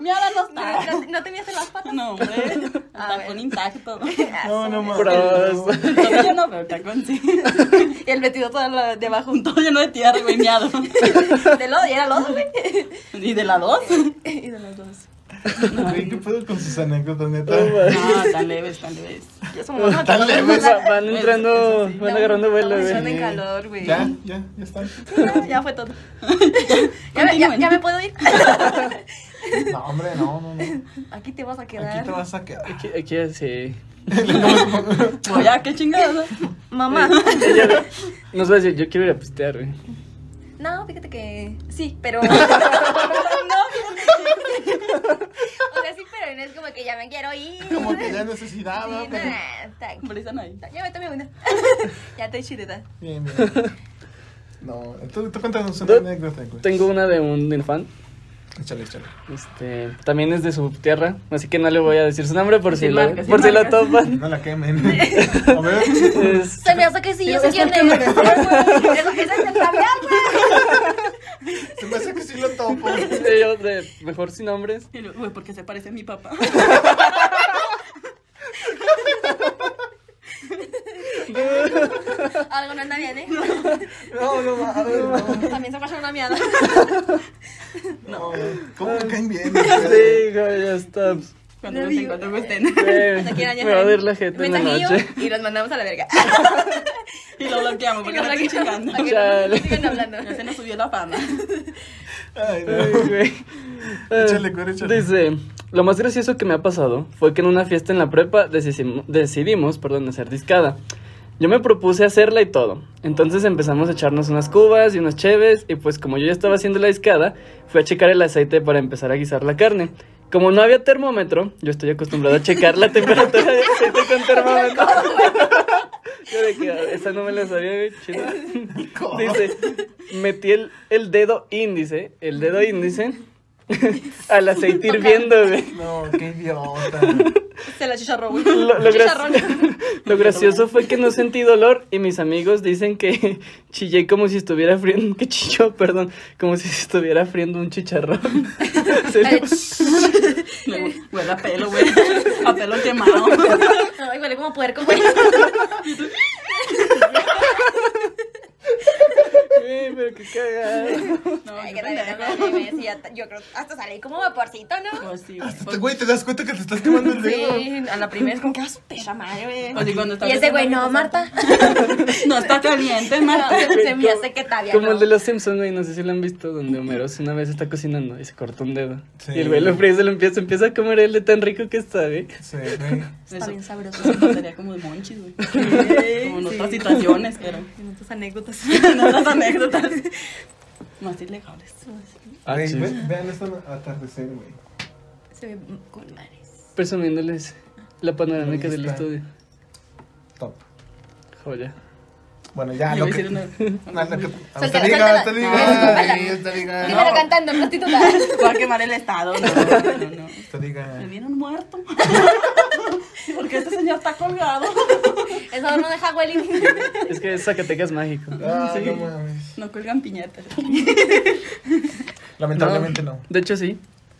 Speaker 4: Me ahora no
Speaker 3: No,
Speaker 4: está.
Speaker 3: no, no te miraste las patas.
Speaker 4: No, güey. El
Speaker 3: A ver.
Speaker 4: tacón intacto.
Speaker 2: No, no mames.
Speaker 1: Pros.
Speaker 4: Todavía no, pero el tacón sí.
Speaker 3: Y el vestido todo lo de abajo.
Speaker 4: Un todo lleno de tierra, güey, meado.
Speaker 3: De lodo, y era lodo, güey.
Speaker 4: ¿Y de la dos?
Speaker 3: Y de los dos.
Speaker 2: Güey, ¿qué puedo con sus anécdotas, neta?
Speaker 4: No, Ah, tan leves, tan leves.
Speaker 3: Ya somos más
Speaker 2: Tan leves.
Speaker 1: Va- Van entrando,
Speaker 4: Eso sí.
Speaker 1: van agarrando vuelo,
Speaker 3: Estamos
Speaker 1: güey.
Speaker 3: entrando en calor, güey.
Speaker 2: Ya, ya, ya está.
Speaker 3: Ya, ya fue todo. ya, me- ya-
Speaker 4: Continúen.
Speaker 3: ya me puedo ir.
Speaker 2: No, hombre, no, no, no. Aquí
Speaker 3: Aquí te vas a quedar.
Speaker 2: te vas a quedar.
Speaker 1: Aquí, aquí sí.
Speaker 4: Voy ya, qué chingada.
Speaker 3: Mamá.
Speaker 1: Nos va a decir, yo quiero ir a pistear, güey.
Speaker 3: No, fíjate que sí, pero. no, fíjate que. o sea, sí, pero no es como que ya me quiero ir.
Speaker 2: Como que ya
Speaker 3: Sí,
Speaker 2: necesitaba, pero.
Speaker 3: nah, está-
Speaker 4: Presan ahí.
Speaker 3: Ya me tomé una. ya estoy chidita.
Speaker 2: Bien, bien. No, tú, tú cuéntanos una
Speaker 1: Do-
Speaker 2: anécdota, güey.
Speaker 1: Tengo una de un infante.
Speaker 2: Échale, échale.
Speaker 1: Este, también es de su tierra, así que no le voy a decir su nombre por si,
Speaker 4: Sin
Speaker 1: lo,
Speaker 4: marcas, sin
Speaker 1: por si lo
Speaker 4: marcas.
Speaker 1: topan.
Speaker 2: No la quemen. A ver.
Speaker 1: Es-
Speaker 3: Se me hace que sí, yo sé quién es. Esa esa es el labial,
Speaker 2: Se me hace que sí lo topo.
Speaker 1: yo de- mejor sin nombres.
Speaker 4: Y luego, Güey, porque se parece a mi papá.
Speaker 3: güey. Algo no anda bien, ¿eh?
Speaker 2: No, no mames.
Speaker 3: También se pasó una miada.
Speaker 2: No, ¿Cómo me caen bien?
Speaker 1: Sí, güey, ya está.
Speaker 4: Cuando
Speaker 3: Lo
Speaker 4: los
Speaker 3: digo.
Speaker 4: encuentro con estén.
Speaker 1: Eh,
Speaker 3: Cuando quieran, ya
Speaker 1: me va a
Speaker 3: saben.
Speaker 1: ver la gente en la
Speaker 3: Mensajillo
Speaker 1: noche.
Speaker 3: Y los mandamos a la verga.
Speaker 4: Y lo bloqueamos
Speaker 3: Y
Speaker 4: porque
Speaker 3: los
Speaker 4: lo estoy
Speaker 3: bloqueamos
Speaker 4: chingando.
Speaker 3: para que no-
Speaker 1: Chale.
Speaker 3: no sigan hablando.
Speaker 4: Ya se nos subió la fama.
Speaker 2: Ay,
Speaker 1: Ay,
Speaker 2: no.
Speaker 1: güey. Ah,
Speaker 2: Échale, cuero, échale.
Speaker 1: Dice, lo más gracioso que me ha pasado fue que en una fiesta en la prepa decisi- decidimos, perdón, hacer discada. Yo me propuse hacerla y todo. Entonces empezamos a echarnos unas cubas y unas cheves y pues como yo ya estaba haciendo la discada, fui a checar el aceite para empezar a guisar la carne. Como no había termómetro, yo estoy acostumbrado a checar la temperatura del aceite con termómetro. Yo de que, "Ah, esa no me la sabía, güey, chida". Dice, metí el, el dedo índice, el dedo índice, al aceite hirviendo, güey.
Speaker 2: No, qué idiota.
Speaker 3: Se la chicharró, güey.
Speaker 1: Lo, lo
Speaker 3: Chicharrón.
Speaker 1: graci- lo gracioso fue que no sentí dolor y mis amigos dicen que chillé como si estuviera friendo, que chilló, perdón, como si estuviera friendo un chicharrón. Se le-
Speaker 4: Luego, Huele a pelo, güey. A pelo quemado.
Speaker 3: Ay, huele como puerco, güey.
Speaker 1: Güey, pero qué cagada.
Speaker 4: No,
Speaker 3: Ay,
Speaker 4: qué
Speaker 3: que la verga,
Speaker 4: pendejo.
Speaker 3: güey, me decía, Yo creo hasta salí como vaporcito, ¿no?
Speaker 4: Pues sí, güey.
Speaker 2: Te- Güey, te das cuenta que te estás quemando el dedo.
Speaker 3: Sí, a la primera es como que a su perra madre, eh, güey.
Speaker 4: Pues sí, cuando está
Speaker 3: Y ese güey, no,
Speaker 4: pensando-
Speaker 3: Marta.
Speaker 4: No está caliente, Marta.
Speaker 3: No, se me hace que todavía
Speaker 1: Como
Speaker 3: no.
Speaker 1: el de los Simpsons, güey, no sé si lo han visto, donde Homero una vez está cocinando y se cortó un dedo.
Speaker 2: Sí.
Speaker 1: Y el güey lo fríe y se lo empieza, empieza a comer él de tan rico que está, güey.
Speaker 2: Sí, güey.
Speaker 3: Está bien sabroso.
Speaker 4: Eso pasaría como de monchis, güey. Como en otras situaciones, pero.
Speaker 3: En otras anécdotas.
Speaker 4: En otras anécdotas. Más ilegales.
Speaker 1: Ah,
Speaker 2: Güey,
Speaker 1: chis.
Speaker 2: ve- vean esto atardecer, güey.
Speaker 3: Se ve con madres.
Speaker 1: Presumiéndoles la panorámica del
Speaker 2: Lista.
Speaker 1: estudio.
Speaker 2: Top.
Speaker 1: Joya.
Speaker 2: Bueno, ya,
Speaker 4: Yo
Speaker 2: lo
Speaker 4: voy a
Speaker 2: que... Ah,
Speaker 4: decir una.
Speaker 2: No, lo que-
Speaker 3: Suéltala,
Speaker 2: Hasta liga,
Speaker 3: suéltala.
Speaker 2: hasta
Speaker 3: Ah.
Speaker 2: liga. Ay, Hasta liga.
Speaker 3: Dímelo
Speaker 2: Ah, No,
Speaker 3: cantando, prostituta.
Speaker 4: Va a quemar el estado. No, no, no.
Speaker 2: Hasta liga.
Speaker 4: Me vieron muerto. Porque este señor está colgado.
Speaker 3: Eso no deja hueling.
Speaker 1: Es que es Zacatecas mágico.
Speaker 2: Ah, no mames.
Speaker 4: No colgan piñatas.
Speaker 2: Lamentablemente no.
Speaker 1: De hecho, sí.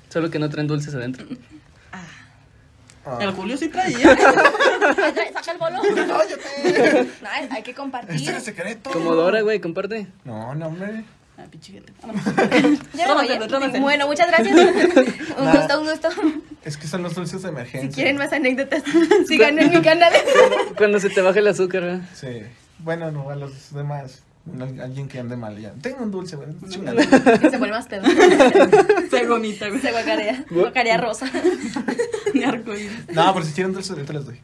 Speaker 1: Solo que no traen dulces adentro.
Speaker 2: Ah.
Speaker 4: El Julio sí traía.
Speaker 3: Saca el bolo.
Speaker 2: ¡Cállate!
Speaker 3: No, es- hay que
Speaker 2: ¡Este
Speaker 3: compartir.
Speaker 2: era secreto!
Speaker 1: Como Dora, güey, comparte.
Speaker 2: No, no, hombre.
Speaker 4: Ah, pinche gente.
Speaker 3: Ya no,
Speaker 4: Tómatelo,
Speaker 3: oye.
Speaker 4: tómatelo.
Speaker 3: Bueno, muchas gracias. Un
Speaker 2: Nada.
Speaker 3: gusto, un gusto.
Speaker 2: Es que son los dulces de emergencia.
Speaker 3: Si quieren más anécdotas, síganme en mi canal.
Speaker 1: Cuando se te baja el azúcar, güey.
Speaker 2: Sí. Bueno, no, a los demás. Al- Alguien que ande mal ya. Tengo un dulce, güey. Chinga.
Speaker 3: Y se pone más pedo.
Speaker 4: Se vomita, güey.
Speaker 3: Se guacarea. Guacarea rosa.
Speaker 4: De arcoíris.
Speaker 2: No, pero si quieren dulce, yo te los doy.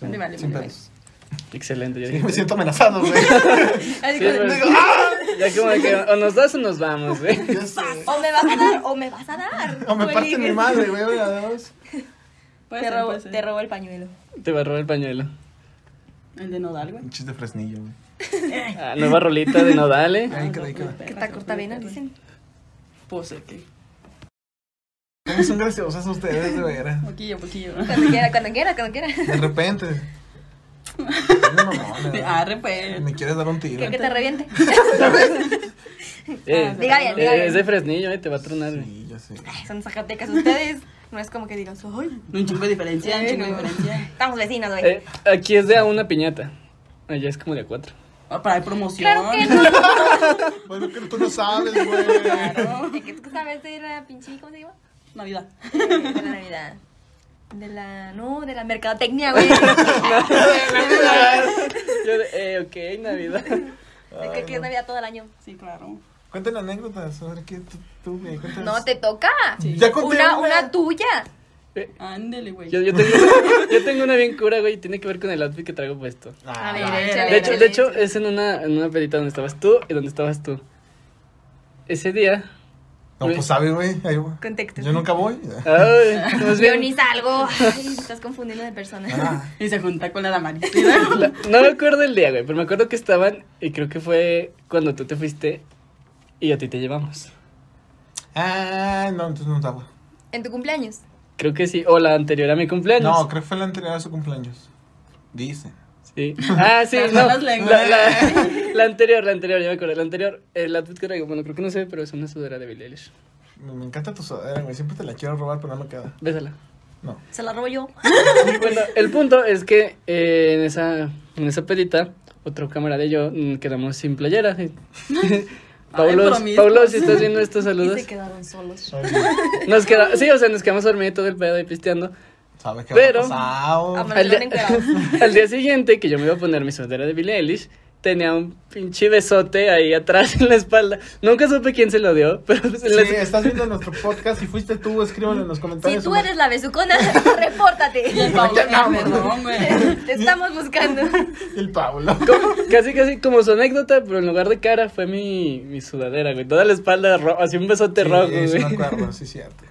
Speaker 4: Me vale,
Speaker 2: Sin
Speaker 4: me vale.
Speaker 2: pedos.
Speaker 1: Excelente. Yo
Speaker 2: Sí,
Speaker 1: dije,
Speaker 2: me siento amenazado, güey.
Speaker 3: Así
Speaker 1: Sí,
Speaker 3: como,
Speaker 1: güey.
Speaker 2: Digo, ¡ah!
Speaker 1: Ya como de que o nos das o nos vamos, güey.
Speaker 2: Ya sé.
Speaker 3: O me vas a dar, o me vas a dar.
Speaker 2: O me
Speaker 3: Tú
Speaker 2: parten mi
Speaker 3: eliges.
Speaker 2: madre, güey, una de dos.
Speaker 4: Puede
Speaker 3: Te
Speaker 4: ser,
Speaker 3: robo,
Speaker 4: puede ser.
Speaker 3: te robo el pañuelo.
Speaker 1: Te va a robar el pañuelo.
Speaker 4: El de Nodal, güey.
Speaker 2: Un chiste fresnillo, güey.
Speaker 1: Ah, nueva rolita de eh. Nodale.
Speaker 3: Ah,
Speaker 2: Ahí queda, ahí queda.
Speaker 3: Que está corta venas, dicen.
Speaker 4: Pues sé que.
Speaker 2: Son graciosas ustedes, de veras.
Speaker 4: Poquillo, poquillo.
Speaker 3: Cuando quiera, cuando quiera, cuando quiera.
Speaker 2: De repente. Eres mamona, güey.
Speaker 3: Ah,
Speaker 4: Arre, pues.
Speaker 2: Me quieres dar un tiro.
Speaker 3: Que, que te reviente.
Speaker 1: Eh,
Speaker 3: Diga bien, diga
Speaker 1: eh,
Speaker 3: bien.
Speaker 1: es de Fresnillo, eh, te va a tronar, güey.
Speaker 2: Sí, ya sé.
Speaker 3: Son zacatecas ustedes. No es como que digan, soy.
Speaker 4: Un chingo de diferencia, un chingo de
Speaker 3: Bueno.
Speaker 4: diferencia.
Speaker 3: Estamos vecinos, güey.
Speaker 1: Eh, aquí es de a una piñata. Allá es como de a cuatro.
Speaker 4: Ah, Para hay promoción.
Speaker 3: Claro que no.
Speaker 2: Bueno, que tú no sabes, güey.
Speaker 3: Claro. ¿Y que tú sabes de la pinche, ¿cómo se llama?
Speaker 4: Navidad.
Speaker 3: Eh, De la Navidad. De la. No, de la mercadotecnia, güey.
Speaker 1: Yo de, eh, ok, Navidad.
Speaker 3: De que, que es Navidad todo el año.
Speaker 4: Sí, claro.
Speaker 2: Cuéntale anécdotas. A ver qué tú, tú güey, cuéntanos.
Speaker 3: No te toca.
Speaker 2: Ya conté
Speaker 3: Una, una tuya.
Speaker 4: Ándele, güey.
Speaker 1: Yo, yo tengo, yo tengo una bien cura, güey, tiene que ver con el outfit que traigo puesto.
Speaker 2: Ah,
Speaker 3: A ver,
Speaker 2: va.
Speaker 3: échale,
Speaker 1: De hecho,
Speaker 3: échale,
Speaker 1: de hecho
Speaker 3: échale.
Speaker 1: es en una, en una pelita donde estabas tú y donde estabas tú. Ese día...
Speaker 2: No, pues sabes, güey. ahí va.
Speaker 3: Contexto.
Speaker 2: Yo nunca voy.
Speaker 1: Ay, más
Speaker 3: Yo
Speaker 1: bien-
Speaker 3: ni salgo. Ay, estás confundiendo de persona.
Speaker 2: Ah,
Speaker 4: Y se junta con la Damarisina.
Speaker 1: La- no me acuerdo el día, güey, pero me acuerdo que estaban y creo que fue cuando tú te fuiste y a ti te llevamos.
Speaker 2: ah, no, entonces no estaba.
Speaker 3: En tu cumpleaños.
Speaker 1: Creo que sí, o la anterior a mi cumpleaños.
Speaker 2: No, creo que fue la anterior a su cumpleaños. Dice.
Speaker 1: Sí. Ah, sí,
Speaker 4: Las
Speaker 1: no.
Speaker 4: malas
Speaker 1: La,
Speaker 4: lenguas.
Speaker 1: la- la anterior, la anterior, ya me acuerdo. La anterior, el outfit que traigo, bueno, creo que no sé, pero es una sudadera de Billie Eilish.
Speaker 2: Me, me encanta tu sudadera, güey. Siempre te la quiero robar, pero no me queda.
Speaker 1: Bésala.
Speaker 2: No.
Speaker 3: Se la robo yo.
Speaker 1: Bueno, el punto es que eh, en esa en esa pedita, otro camarada y yo mm, quedamos sin playera. sí. Paulos,
Speaker 4: promiscuos.
Speaker 1: Paulo, si estás viendo estos
Speaker 3: Y
Speaker 1: saludos.
Speaker 3: se quedaron solos.
Speaker 2: Ay,
Speaker 1: Nos queda, sí, o sea, nos quedamos dormidos todo el pedo y pisteando.
Speaker 2: ¿Sabes qué
Speaker 1: Pero-
Speaker 2: ha pasado?
Speaker 3: Amar-
Speaker 1: Al
Speaker 3: Pantalón
Speaker 1: día, al día siguiente, que yo me iba a poner mi sudadera de Billie Eilish, tenía un pinche besote ahí atrás en la espalda. Nunca supe quién se lo dio, pero se
Speaker 2: Sí,
Speaker 1: las-
Speaker 2: estás viendo nuestro podcast. Si fuiste tú, escríbanlo en los
Speaker 3: Si
Speaker 2: comentarios.
Speaker 3: tú eres la besucona, repórtate.
Speaker 4: El Pablo, eh, perdón, güey.
Speaker 3: Te estamos buscando.
Speaker 2: El Pablo.
Speaker 1: como- casi, casi como su anécdota, pero en lugar de cara fue mi, mi sudadera, güey. Toda la espalda, ro- así un besote rojo,
Speaker 2: Sí, sí,
Speaker 1: güey.
Speaker 2: me acuerdo, sí, cierto.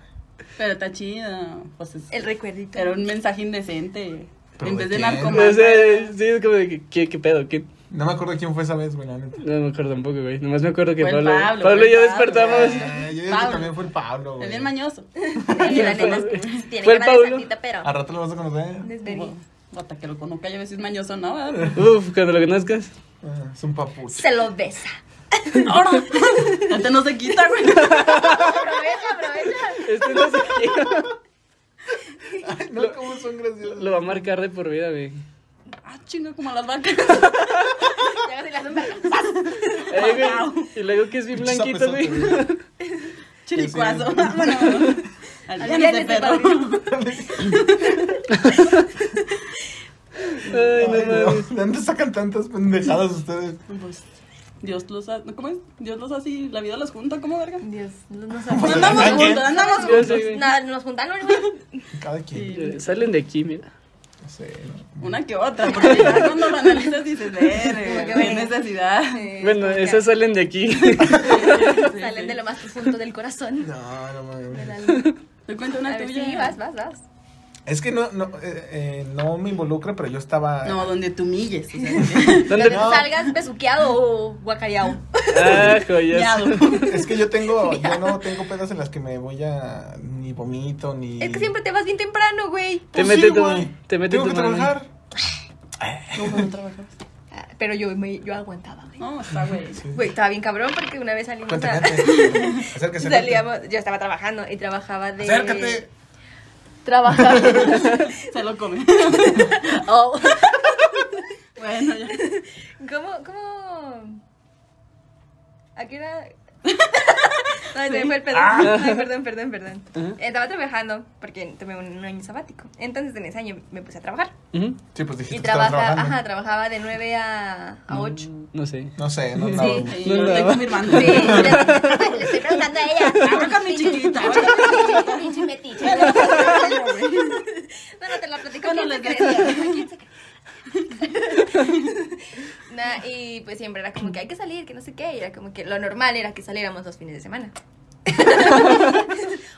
Speaker 4: Pero está chido. Pues es-
Speaker 3: El recuerdito.
Speaker 4: era un mensaje indecente.
Speaker 2: ¿Pero
Speaker 4: en
Speaker 2: de
Speaker 4: vez de
Speaker 2: qué?
Speaker 1: O
Speaker 4: narcomanía.
Speaker 1: sea, sí, es como de que, ¿qué, qué pedo? ¿Qué?
Speaker 2: No me acuerdo quién fue esa vez, güey, la neta.
Speaker 1: No me acuerdo tampoco, güey. Nomás me acuerdo que
Speaker 4: Fue el
Speaker 1: Pablo,
Speaker 4: Pablo,
Speaker 1: Pablo,
Speaker 4: fue
Speaker 1: y
Speaker 4: el
Speaker 1: yo
Speaker 4: Pablo.
Speaker 1: despertamos.
Speaker 2: Eh, yo digo que
Speaker 4: Pablo.
Speaker 2: también fue el Pablo,
Speaker 4: Es
Speaker 2: güey.
Speaker 4: bien mañoso.
Speaker 3: Sí, la neta,
Speaker 1: Fue- fue
Speaker 3: tiene que
Speaker 1: el
Speaker 3: dar
Speaker 1: Paulo.
Speaker 3: santita, pero.
Speaker 2: Al rato lo vas a conocer.
Speaker 3: desvergüenza.
Speaker 4: Hasta que lo conozca, ya ves si es mañoso, ¿no? ¿verdad?
Speaker 1: Uf, cuando lo conozcas.
Speaker 2: Ah, Es un papucho.
Speaker 3: Se lo besa.
Speaker 4: Ahora. Antes no se quita, güey.
Speaker 3: Aprovecha, aprovecha.
Speaker 1: Este no sé qué.
Speaker 2: Ay, no, cómo son graciosos.
Speaker 1: Lo va a marcar de por vida, güey.
Speaker 4: Ah, chinga, como las vacas.
Speaker 3: Llegas y le haces un vergazo.
Speaker 1: Eh, güey, Y luego que es bien
Speaker 2: Pinche
Speaker 1: blanquito, güey.
Speaker 2: zapezote, güey.
Speaker 4: Chiricuazo.
Speaker 2: Sí.
Speaker 3: Este,
Speaker 4: Bueno,
Speaker 3: Al
Speaker 4: al
Speaker 3: día
Speaker 4: día de
Speaker 3: de
Speaker 4: perro.
Speaker 3: perro.
Speaker 1: Ay, no mames.
Speaker 2: ¿De dónde sacan tantas pendejadas ustedes?
Speaker 4: Pues, Dios los ha... ¿Cómo es? Dios los hace y la vida los junta, ¿cómo verga?
Speaker 3: Dios, no nos
Speaker 4: No
Speaker 2: Pues,
Speaker 4: andamos
Speaker 2: ¿saben qué?
Speaker 4: juntos, andamos
Speaker 1: Yo
Speaker 4: juntos.
Speaker 1: sé, güey.
Speaker 3: Nada, nos juntaron, güey.
Speaker 2: Cada quien.
Speaker 1: Eh, Salen de aquí, mira.
Speaker 2: No sé.
Speaker 4: Una que otra, porque ya cuando lo analizas dices, verga,
Speaker 3: Como que,
Speaker 4: qué
Speaker 3: güey.
Speaker 4: necesidad.
Speaker 3: Eh,
Speaker 1: Bueno,
Speaker 3: porque
Speaker 1: esas salen de aquí.
Speaker 3: Salen de lo más profundo del corazón.
Speaker 2: No, no
Speaker 3: Del
Speaker 2: mames.
Speaker 3: alma.
Speaker 4: Te cuento
Speaker 3: A
Speaker 4: una
Speaker 3: ver,
Speaker 4: tuya.
Speaker 3: sí, vas, vas, vas.
Speaker 2: Es que no, no, eh, eh, no me involucra, pero yo estaba.
Speaker 4: No, donde te humilles. O sea,
Speaker 1: ¿Dónde?
Speaker 3: Donde tú salgas besuqueado o guacareado.
Speaker 1: Ah,
Speaker 4: que-
Speaker 1: joyas.
Speaker 4: miado.
Speaker 2: Es que yo tengo, yo no tengo pedas en las que me voy a ni vomito ni.
Speaker 3: Es que siempre te vas bien temprano, güey.
Speaker 1: Te
Speaker 2: Pues
Speaker 1: mete
Speaker 2: sí,
Speaker 1: tu-
Speaker 2: güey.
Speaker 1: te mete
Speaker 2: Tengo
Speaker 1: tu
Speaker 2: que
Speaker 1: mami.
Speaker 2: trabajar.
Speaker 4: No, pero no trabajas.
Speaker 3: Ah, Pero yo, me, yo aguantaba, güey.
Speaker 4: No, está güey.
Speaker 3: Güey, estaba bien cabrón porque una vez salimos
Speaker 2: Cuéntame.
Speaker 3: a...
Speaker 2: antes. Acérquese.
Speaker 3: Salíamos, yo estaba trabajando y trabajaba de...
Speaker 2: Acércate.
Speaker 3: Trabajaba...
Speaker 4: Se lo come.
Speaker 3: Oh.
Speaker 4: Bueno, ya.
Speaker 3: ¿Cómo, cómo? ¿A qué hora? No, se me fue el perdón.
Speaker 2: Ah.
Speaker 3: Ay, perdón, perdón, perdón. Estaba trabajando porque tomé un, un año sabático. Entonces en ese año me puse a trabajar.
Speaker 1: Ujú.
Speaker 2: Sí, pues dijiste
Speaker 3: Y
Speaker 2: que estabas
Speaker 3: trabaja,
Speaker 2: trabajando.
Speaker 3: ajá, trabajaba de 9 a, a 8.
Speaker 1: No sé.
Speaker 2: No sé, no, no.
Speaker 3: Sí.
Speaker 4: Sí,
Speaker 1: No,
Speaker 4: lo
Speaker 1: no.
Speaker 4: estoy confirmando.
Speaker 3: Sí, le, le estoy preguntando a ella.
Speaker 4: Habla con mi chiquita.
Speaker 3: Pinche- pinche metiche. No, no te la platico.
Speaker 4: Bueno,
Speaker 3: ¿Quién se cree?
Speaker 4: les
Speaker 3: ¿Quién se cree? Nah, y pues siempre era como que hay que salir, que no sé qué. Y era como que lo normal era que saliéramos los fines de semana.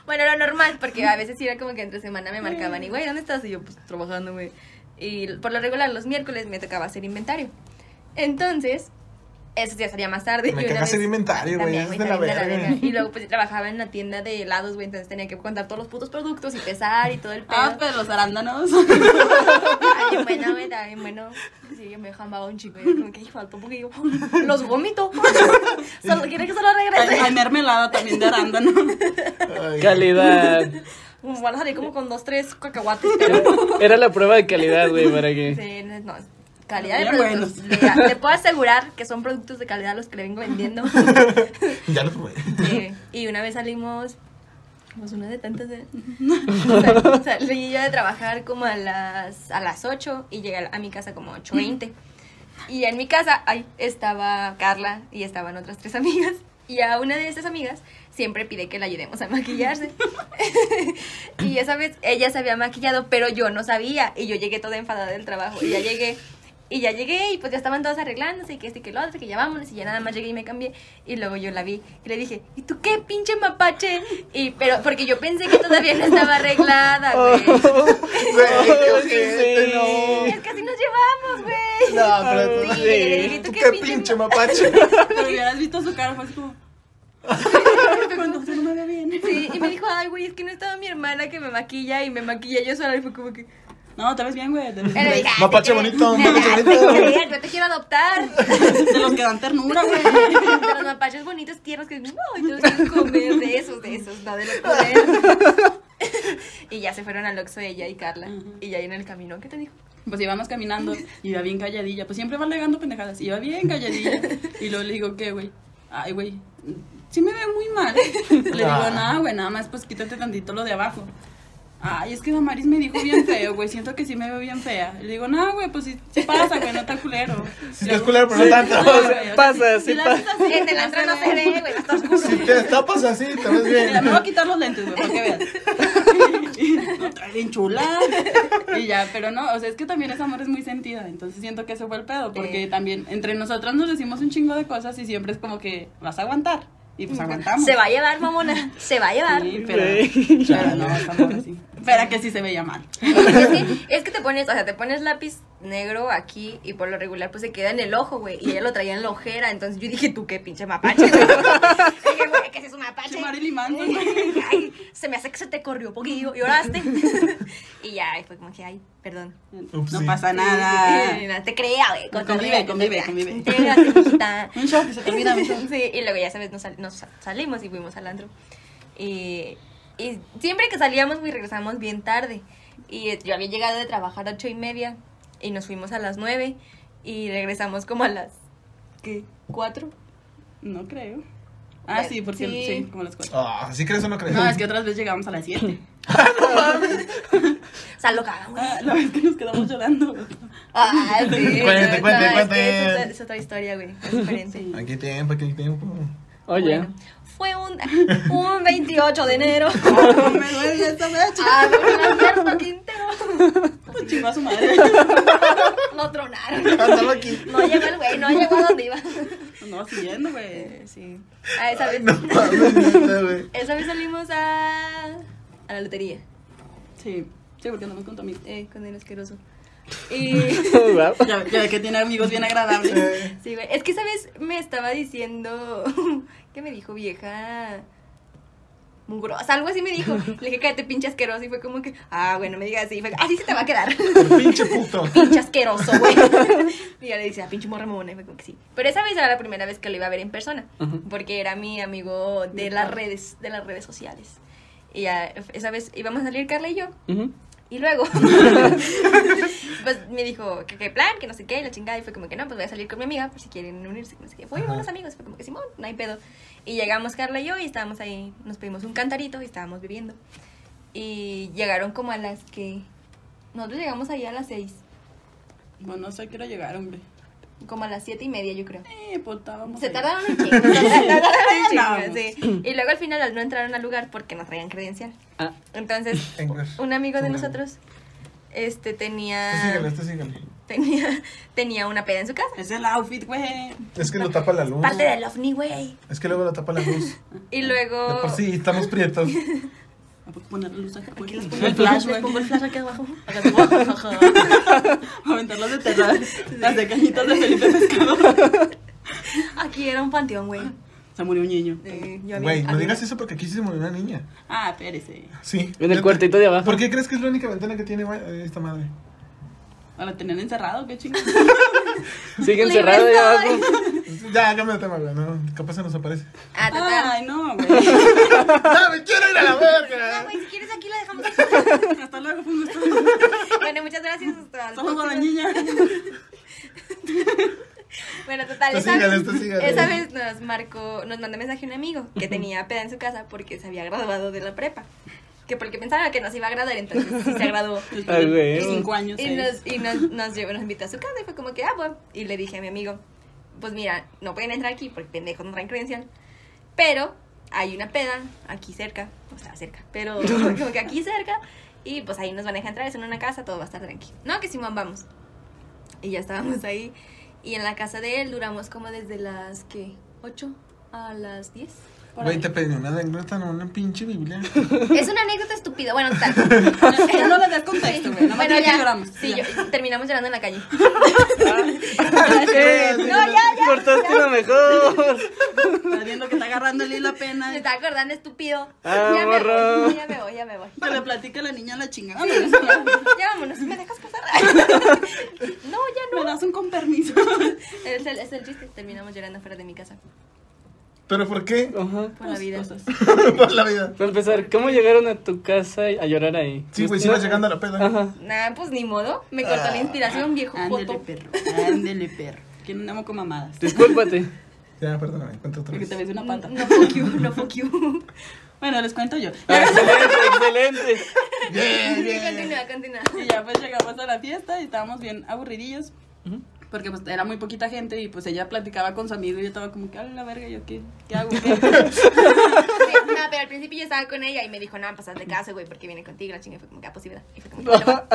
Speaker 3: bueno, lo normal, porque a veces sí era como que entre semana me marcaban y, güey, ¿dónde estás? Y yo, pues trabajando, güey. Y por lo regular, los miércoles me tocaba hacer inventario. Entonces, esos días salía más tarde. y
Speaker 2: Me
Speaker 3: una
Speaker 2: cagas el
Speaker 3: vez-
Speaker 2: inventario, güey.
Speaker 3: también,
Speaker 2: Es
Speaker 3: güey,
Speaker 2: de la
Speaker 3: también de la
Speaker 2: verga.
Speaker 3: verga. Y luego, pues yo trabajaba en la tienda de helados, güey. Entonces tenía que contar todos los putos productos y pesar y todo el pedo.
Speaker 4: Ah, pero los arándanos.
Speaker 3: Ay, qué bueno, güey, también bueno. Sí, yo me jambaba un chico. Yo como que "Ay, faltó porque yo los vomito. Solo, ¿Quiere que se los
Speaker 4: Hay, hay
Speaker 3: regrese?
Speaker 4: mermelada también de arándano.
Speaker 2: Ay,
Speaker 1: Calidad.
Speaker 3: Como Van a salir como con dos, tres cacahuates. Pero,
Speaker 1: Era, era la prueba de calidad, güey, para que.
Speaker 3: sí, no, calidad de
Speaker 4: Bien
Speaker 3: productos.
Speaker 4: buenos.
Speaker 3: Le, le puedo asegurar que son productos de calidad los que le vengo vendiendo.
Speaker 2: Ya lo probé.
Speaker 3: Eh, y una vez salimos, pues una de tantas de... Sal- salí yo de trabajar como a las, a las 8 y llegué a mi casa como 8.20. Y en mi casa ahí estaba Carla y estaban otras tres amigas. Y a una de esas amigas siempre pide que la ayudemos a maquillarse. y esa vez ella se había maquillado, pero yo no sabía. Y yo llegué toda enfadada del trabajo. Y ya llegué. Y ya llegué y pues ya estaban todas arreglándose y que este y que lo otro, que ya vámonos y ya nada más llegué y me cambié y luego yo la vi y le dije, ¿y tú qué pinche mapache? Y pero porque yo pensé que todavía no estaba arreglada, güey.
Speaker 2: Güey, este qué
Speaker 1: Ay,
Speaker 2: ojete,
Speaker 1: sí.
Speaker 3: Es que así nos llevamos, güey.
Speaker 2: No, pero tú
Speaker 3: Sí,
Speaker 2: sí.
Speaker 3: le dije, ¿tú qué
Speaker 2: Qué
Speaker 3: pinche
Speaker 2: pinche
Speaker 3: ma-
Speaker 2: mapache.
Speaker 4: Pero hubieras visto su cara, fue así como. Cuando se no me ve bien.
Speaker 3: Sí, y me dijo, ay, güey, es que no estaba mi hermana que me maquilla y me maquilla yo sola y fue como que...
Speaker 4: No, te ves bien, güey. Te ves
Speaker 3: Pero
Speaker 4: bien.
Speaker 3: dije, "Ah,
Speaker 2: Mapache
Speaker 3: te creas,
Speaker 2: bonito,
Speaker 3: te
Speaker 2: mapache
Speaker 3: creas,
Speaker 2: bonito".
Speaker 3: te creas, Yo te quiero adoptar.
Speaker 4: De los que dan ternura, güey.
Speaker 3: De los mapaches bonitos, tiernos, que no, yo quiero comer de esos, de esos, no de los comer. Y ya se fueron al Oxxo ella y Carla. Y ya ahí en el camino, ¿qué te dijo?
Speaker 4: Pues íbamos caminando y iba bien calladilla. Pues siempre va alegando pendejadas. Iba bien calladilla. Y luego le digo, ¿qué, güey? Ay, güey. Sí me veo muy mal. Le digo,
Speaker 2: Ah.
Speaker 4: nada, güey, nada más, pues quítate tantito lo de abajo. Ay, es que Damaris me dijo bien feo, güey. Siento que sí me veo bien fea. Le digo, no, güey, pues sí, sí pasa, güey, no está culero.
Speaker 2: Si estás culero, pero no
Speaker 4: No,
Speaker 2: tanto.
Speaker 1: O sea,
Speaker 4: güey,
Speaker 1: pasa,
Speaker 4: o sea,
Speaker 1: sí
Speaker 4: la
Speaker 1: pasa.
Speaker 4: neta, sí,
Speaker 3: En el antro no se ve, güey, está oscuro.
Speaker 2: Si te tapas así, te ves
Speaker 4: Mira, me
Speaker 2: bien.
Speaker 4: voy a quitar los lentes, güey, para que veas. No, trae bien chula. Y ya, pero no, o sea, es que también esa amor es muy sentida. Entonces siento que ese fue el pedo, porque
Speaker 3: Eh.
Speaker 4: también entre nosotras nos decimos un chingo de cosas y siempre es como que vas a aguantar. Y pues aguantamos.
Speaker 3: Se va a llevar, mamona, se va a llevar.
Speaker 4: Sí, pero,
Speaker 1: Güey.
Speaker 4: pero no, esa morra sí. Espera que sí se veía mal.
Speaker 3: Es que, es que te pones, o sea, te pones lápiz negro aquí y por lo regular pues se queda en el ojo, güey. Y ella lo traía en la ojera, entonces yo dije, tú qué pinche mapache. güey?" dije, güey, que si es un mapache.
Speaker 4: Che, Marilyn Manson,
Speaker 3: Ay, se me hace que se te corrió poquillo, lloraste. y ya, y fue como que, ay, perdón.
Speaker 2: Ups,
Speaker 4: No
Speaker 2: sí.
Speaker 4: pasa nada.
Speaker 3: Eh, no te creas, güey. con-
Speaker 4: Convive,
Speaker 3: con-
Speaker 4: convive,
Speaker 3: con-
Speaker 4: convive.
Speaker 3: Intégrate, mijita.
Speaker 4: Un show que se te olvida, un show.
Speaker 3: Sí, y luego ya sabes, nos, sal- nos sal- salimos y fuimos al antro. Y, y siempre que salíamos, güey, regresamos bien tarde. Y eh, yo había llegado de trabajar a ocho y media y nos fuimos a las nueve y regresamos como a las, ¿qué? ¿Cuatro?
Speaker 4: No creo. Ah, sí, porque
Speaker 3: Sí.
Speaker 4: sí, como las cuatro.
Speaker 2: Ah, ¿sí crees o no crees?
Speaker 4: No, es que otras veces llegamos a las siete.
Speaker 3: O sea, lo cagamos.
Speaker 4: Ah, la vez que nos quedamos llorando.
Speaker 3: Ah, sí.
Speaker 2: Cuente,
Speaker 3: no,
Speaker 2: cuente,
Speaker 3: es que
Speaker 2: cuente.
Speaker 3: Es, otra- es otra historia, güey. Es diferente.
Speaker 4: Sí.
Speaker 2: Aquí hay tiempo, aquí hay tiempo.
Speaker 1: Oye.
Speaker 3: Bueno, fue un, un 28 de enero.
Speaker 4: me duele esta fecha.
Speaker 3: Ah, don Alberto Quintero.
Speaker 4: pues Chingó a su madre.
Speaker 3: Lo tronaron.
Speaker 2: Andaba Ah, aquí.
Speaker 3: No llegó el güey, no llegó a donde iba.
Speaker 4: No, siguiendo, güey.
Speaker 3: Eh, sí. Ah, esa vez,
Speaker 2: No mames, neta, güey.
Speaker 3: esa vez salimos a, a la lotería
Speaker 4: Sí, sí, porque andamos con tu amigo.
Speaker 3: eh, con el asqueroso. Y.
Speaker 1: Guau.
Speaker 4: Ya, ya ve que tiene amigos bien agradables.
Speaker 2: Eh,
Speaker 3: Sí, güey. Es que esa vez me estaba diciendo que me dijo vieja mugrosa, algo así me dijo. Le dije, cállate, pinche asqueroso. Y fue como que, ah, bueno, me digas así. Y fue, así se te va a quedar.
Speaker 2: Pinche puto.
Speaker 3: pinche asqueroso, güey. Y yo le dice, ah, pinche morra mamona. Y fue como que sí. Pero esa vez era la primera vez que lo iba a ver en persona. Porque era mi amigo de las redes, de las redes sociales. Y ya, esa vez íbamos a salir Carla y yo.
Speaker 1: Ujú.
Speaker 3: Y luego, pues me dijo que qué plan, que no sé qué, y la chingada. Y fue como que no, pues voy a salir con mi amiga por si quieren unirse. que No sé qué. Voy con unos amigos. Fue como que Simón, no hay pedo. Y llegamos Carla y yo y estábamos ahí. Nos pedimos un cantarito y estábamos viviendo. Y llegaron como a las que. Nosotros llegamos ahí a las seis.
Speaker 4: Bueno, no sé, quiero llegar, hombre.
Speaker 3: Como a las siete y media, yo creo.
Speaker 4: Eh, pues estábamos.
Speaker 3: Se
Speaker 4: ahí.
Speaker 3: tardaron un chingo. se tardaron un
Speaker 4: Vamos.
Speaker 3: chingo, sí. Y luego al final no entraron al lugar porque no traían credencial.
Speaker 1: Ah,
Speaker 3: Entonces,
Speaker 2: Engler.
Speaker 3: un amigo de
Speaker 2: Engler.
Speaker 3: nosotros este
Speaker 2: Tú síguele,
Speaker 3: tenía.
Speaker 2: este tú síguele.
Speaker 3: tenía, tenía una peda en su casa.
Speaker 4: Es el outfit, güey.
Speaker 2: Es que lo tapa la luz.
Speaker 3: Parte del ovni, güey.
Speaker 2: Es que luego lo tapa la luz.
Speaker 3: Y
Speaker 2: De
Speaker 3: luego...
Speaker 2: por sí, estamos prietos.
Speaker 4: ¿A poco poner la Ah, pues, luz acá? güey?
Speaker 3: Les pongo el flash, les pongo el flash aquí abajo.
Speaker 4: Acá, guau, jaja. Aventar las de terror. Las de cañitas de Felipe Pescado.
Speaker 3: Aquí era un panteón, güey.
Speaker 4: Se murió un niño.
Speaker 3: Eh, yo a mí-
Speaker 2: Güey,
Speaker 3: a
Speaker 2: no
Speaker 3: mí-
Speaker 2: digas eso porque aquí sí se murió una niña.
Speaker 4: Ah, espérese.
Speaker 2: Sí.
Speaker 1: En el cuartito de abajo.
Speaker 2: ¿Por qué crees que es la única ventana que tiene eh, esta madre?
Speaker 4: ¿A la tenían encerrado? ¿Qué chingados?
Speaker 1: Sigue
Speaker 3: Libre
Speaker 1: encerrado de abajo.
Speaker 2: Ya, cámbiame de tema, güey. No, capaz se nos aparece.
Speaker 3: Ah, total.
Speaker 4: Ay, no, güey.
Speaker 2: ¡Ah, me quiero ir a la
Speaker 3: Ah,
Speaker 2: verga!
Speaker 3: güey, si quieres aquí la dejamos.
Speaker 4: Hasta luego, pues, fue un gusto.
Speaker 3: bueno, muchas gracias. Hasta la
Speaker 4: Saludos a la
Speaker 3: próxima.
Speaker 4: niña.
Speaker 3: Bueno, total,
Speaker 2: Tú
Speaker 3: esa,
Speaker 2: sígale, tú sígale.
Speaker 3: esa vez nos marcó, nos mandó mensaje un amigo que tenía peda en su casa porque se había graduado de la prepa. Que porque pensaba que nos iba a graduar, entonces sí se graduó.
Speaker 1: Ay, güey.
Speaker 4: Cinco años.
Speaker 3: Y
Speaker 4: seis.
Speaker 3: nos, y nos, nos, llevó, nos invitó a su casa y fue como que, ah, bueno. Y le dije a mi amigo, pues mira, no pueden entrar aquí porque pendejos no traen credencial. Pero hay una peda aquí cerca, o sea, cerca, pero como que aquí cerca. Y pues ahí nos van a dejar entrar, es en una casa, todo va a estar tranqui. No, que Simón, vamos. Y ya estábamos ahí. Y en la casa de él duramos como desde las, ¿qué? ¿8 a las 10?
Speaker 4: Por
Speaker 2: Güey,
Speaker 4: ahí.
Speaker 2: te pedí una anécdota, no una pinche Biblia.
Speaker 3: Es una anécdota estúpida, bueno, tal.
Speaker 4: No, no le das contexto, güey. Nomás
Speaker 3: Bueno,
Speaker 4: dile que
Speaker 3: ya.
Speaker 4: lloramos.
Speaker 3: Sí, yo- terminamos llorando en la calle.
Speaker 1: Eh,
Speaker 2: No,
Speaker 3: ya, ya,
Speaker 1: Cortaste lo mejor.
Speaker 4: Estás viendo que está agarrando el hilo apenas.
Speaker 3: Me está acordando, estúpido.
Speaker 1: Ah,
Speaker 3: ya, me
Speaker 1: morro.
Speaker 3: voy, ya me voy, ya me voy.
Speaker 4: Que le platique a la niña la chingada.
Speaker 3: Ya, ya vámonos, ¿me dejas pasar? no, ya
Speaker 4: Me
Speaker 3: no.
Speaker 4: das un con permiso.
Speaker 3: Es el, es el chiste, terminamos llorando fuera de mi casa.
Speaker 2: ¿Pero por qué?
Speaker 1: Ajá.
Speaker 3: Por la vida.
Speaker 4: Pues, Cosas.
Speaker 2: Por la vida.
Speaker 1: Para empezar, ¿cómo llegaron a tu casa y- a llorar ahí?
Speaker 2: Sí, güey, si
Speaker 1: No-
Speaker 2: vas llegando a la peda.
Speaker 1: Este, Ajá.
Speaker 3: Nah, pues ni modo. Me cortó
Speaker 1: Ah.
Speaker 3: la inspiración, viejo
Speaker 4: Ándele,
Speaker 3: joto.
Speaker 4: Ah, perro. Ándele, perro. Que no amo con mamadas.
Speaker 1: Discúlpate.
Speaker 2: Ya, perdóname, cuenta otra
Speaker 4: Porque
Speaker 2: vez.
Speaker 4: te ves de una pata.
Speaker 3: Mm, No fuck you, no fuck you.
Speaker 4: Bueno, les cuento yo.
Speaker 1: Ah, excelente, excelente.
Speaker 2: Bien, bien.
Speaker 3: continúa, continúa.
Speaker 4: Y ya pues llegamos a la fiesta y estábamos bien aburridillos.
Speaker 1: Ujú.
Speaker 4: Porque pues era muy poquita gente y pues ella platicaba con su amigo y yo estaba como que, a la verga, yo qué, qué hago. ¿Qué?
Speaker 3: Sí, nah, pero al principio yo estaba con ella y me dijo, no, pasas de casa, güey, porque viene contigo. La chinga fue como que, ah, pues sí, ¿verdad? Y fue como que, bueno, va.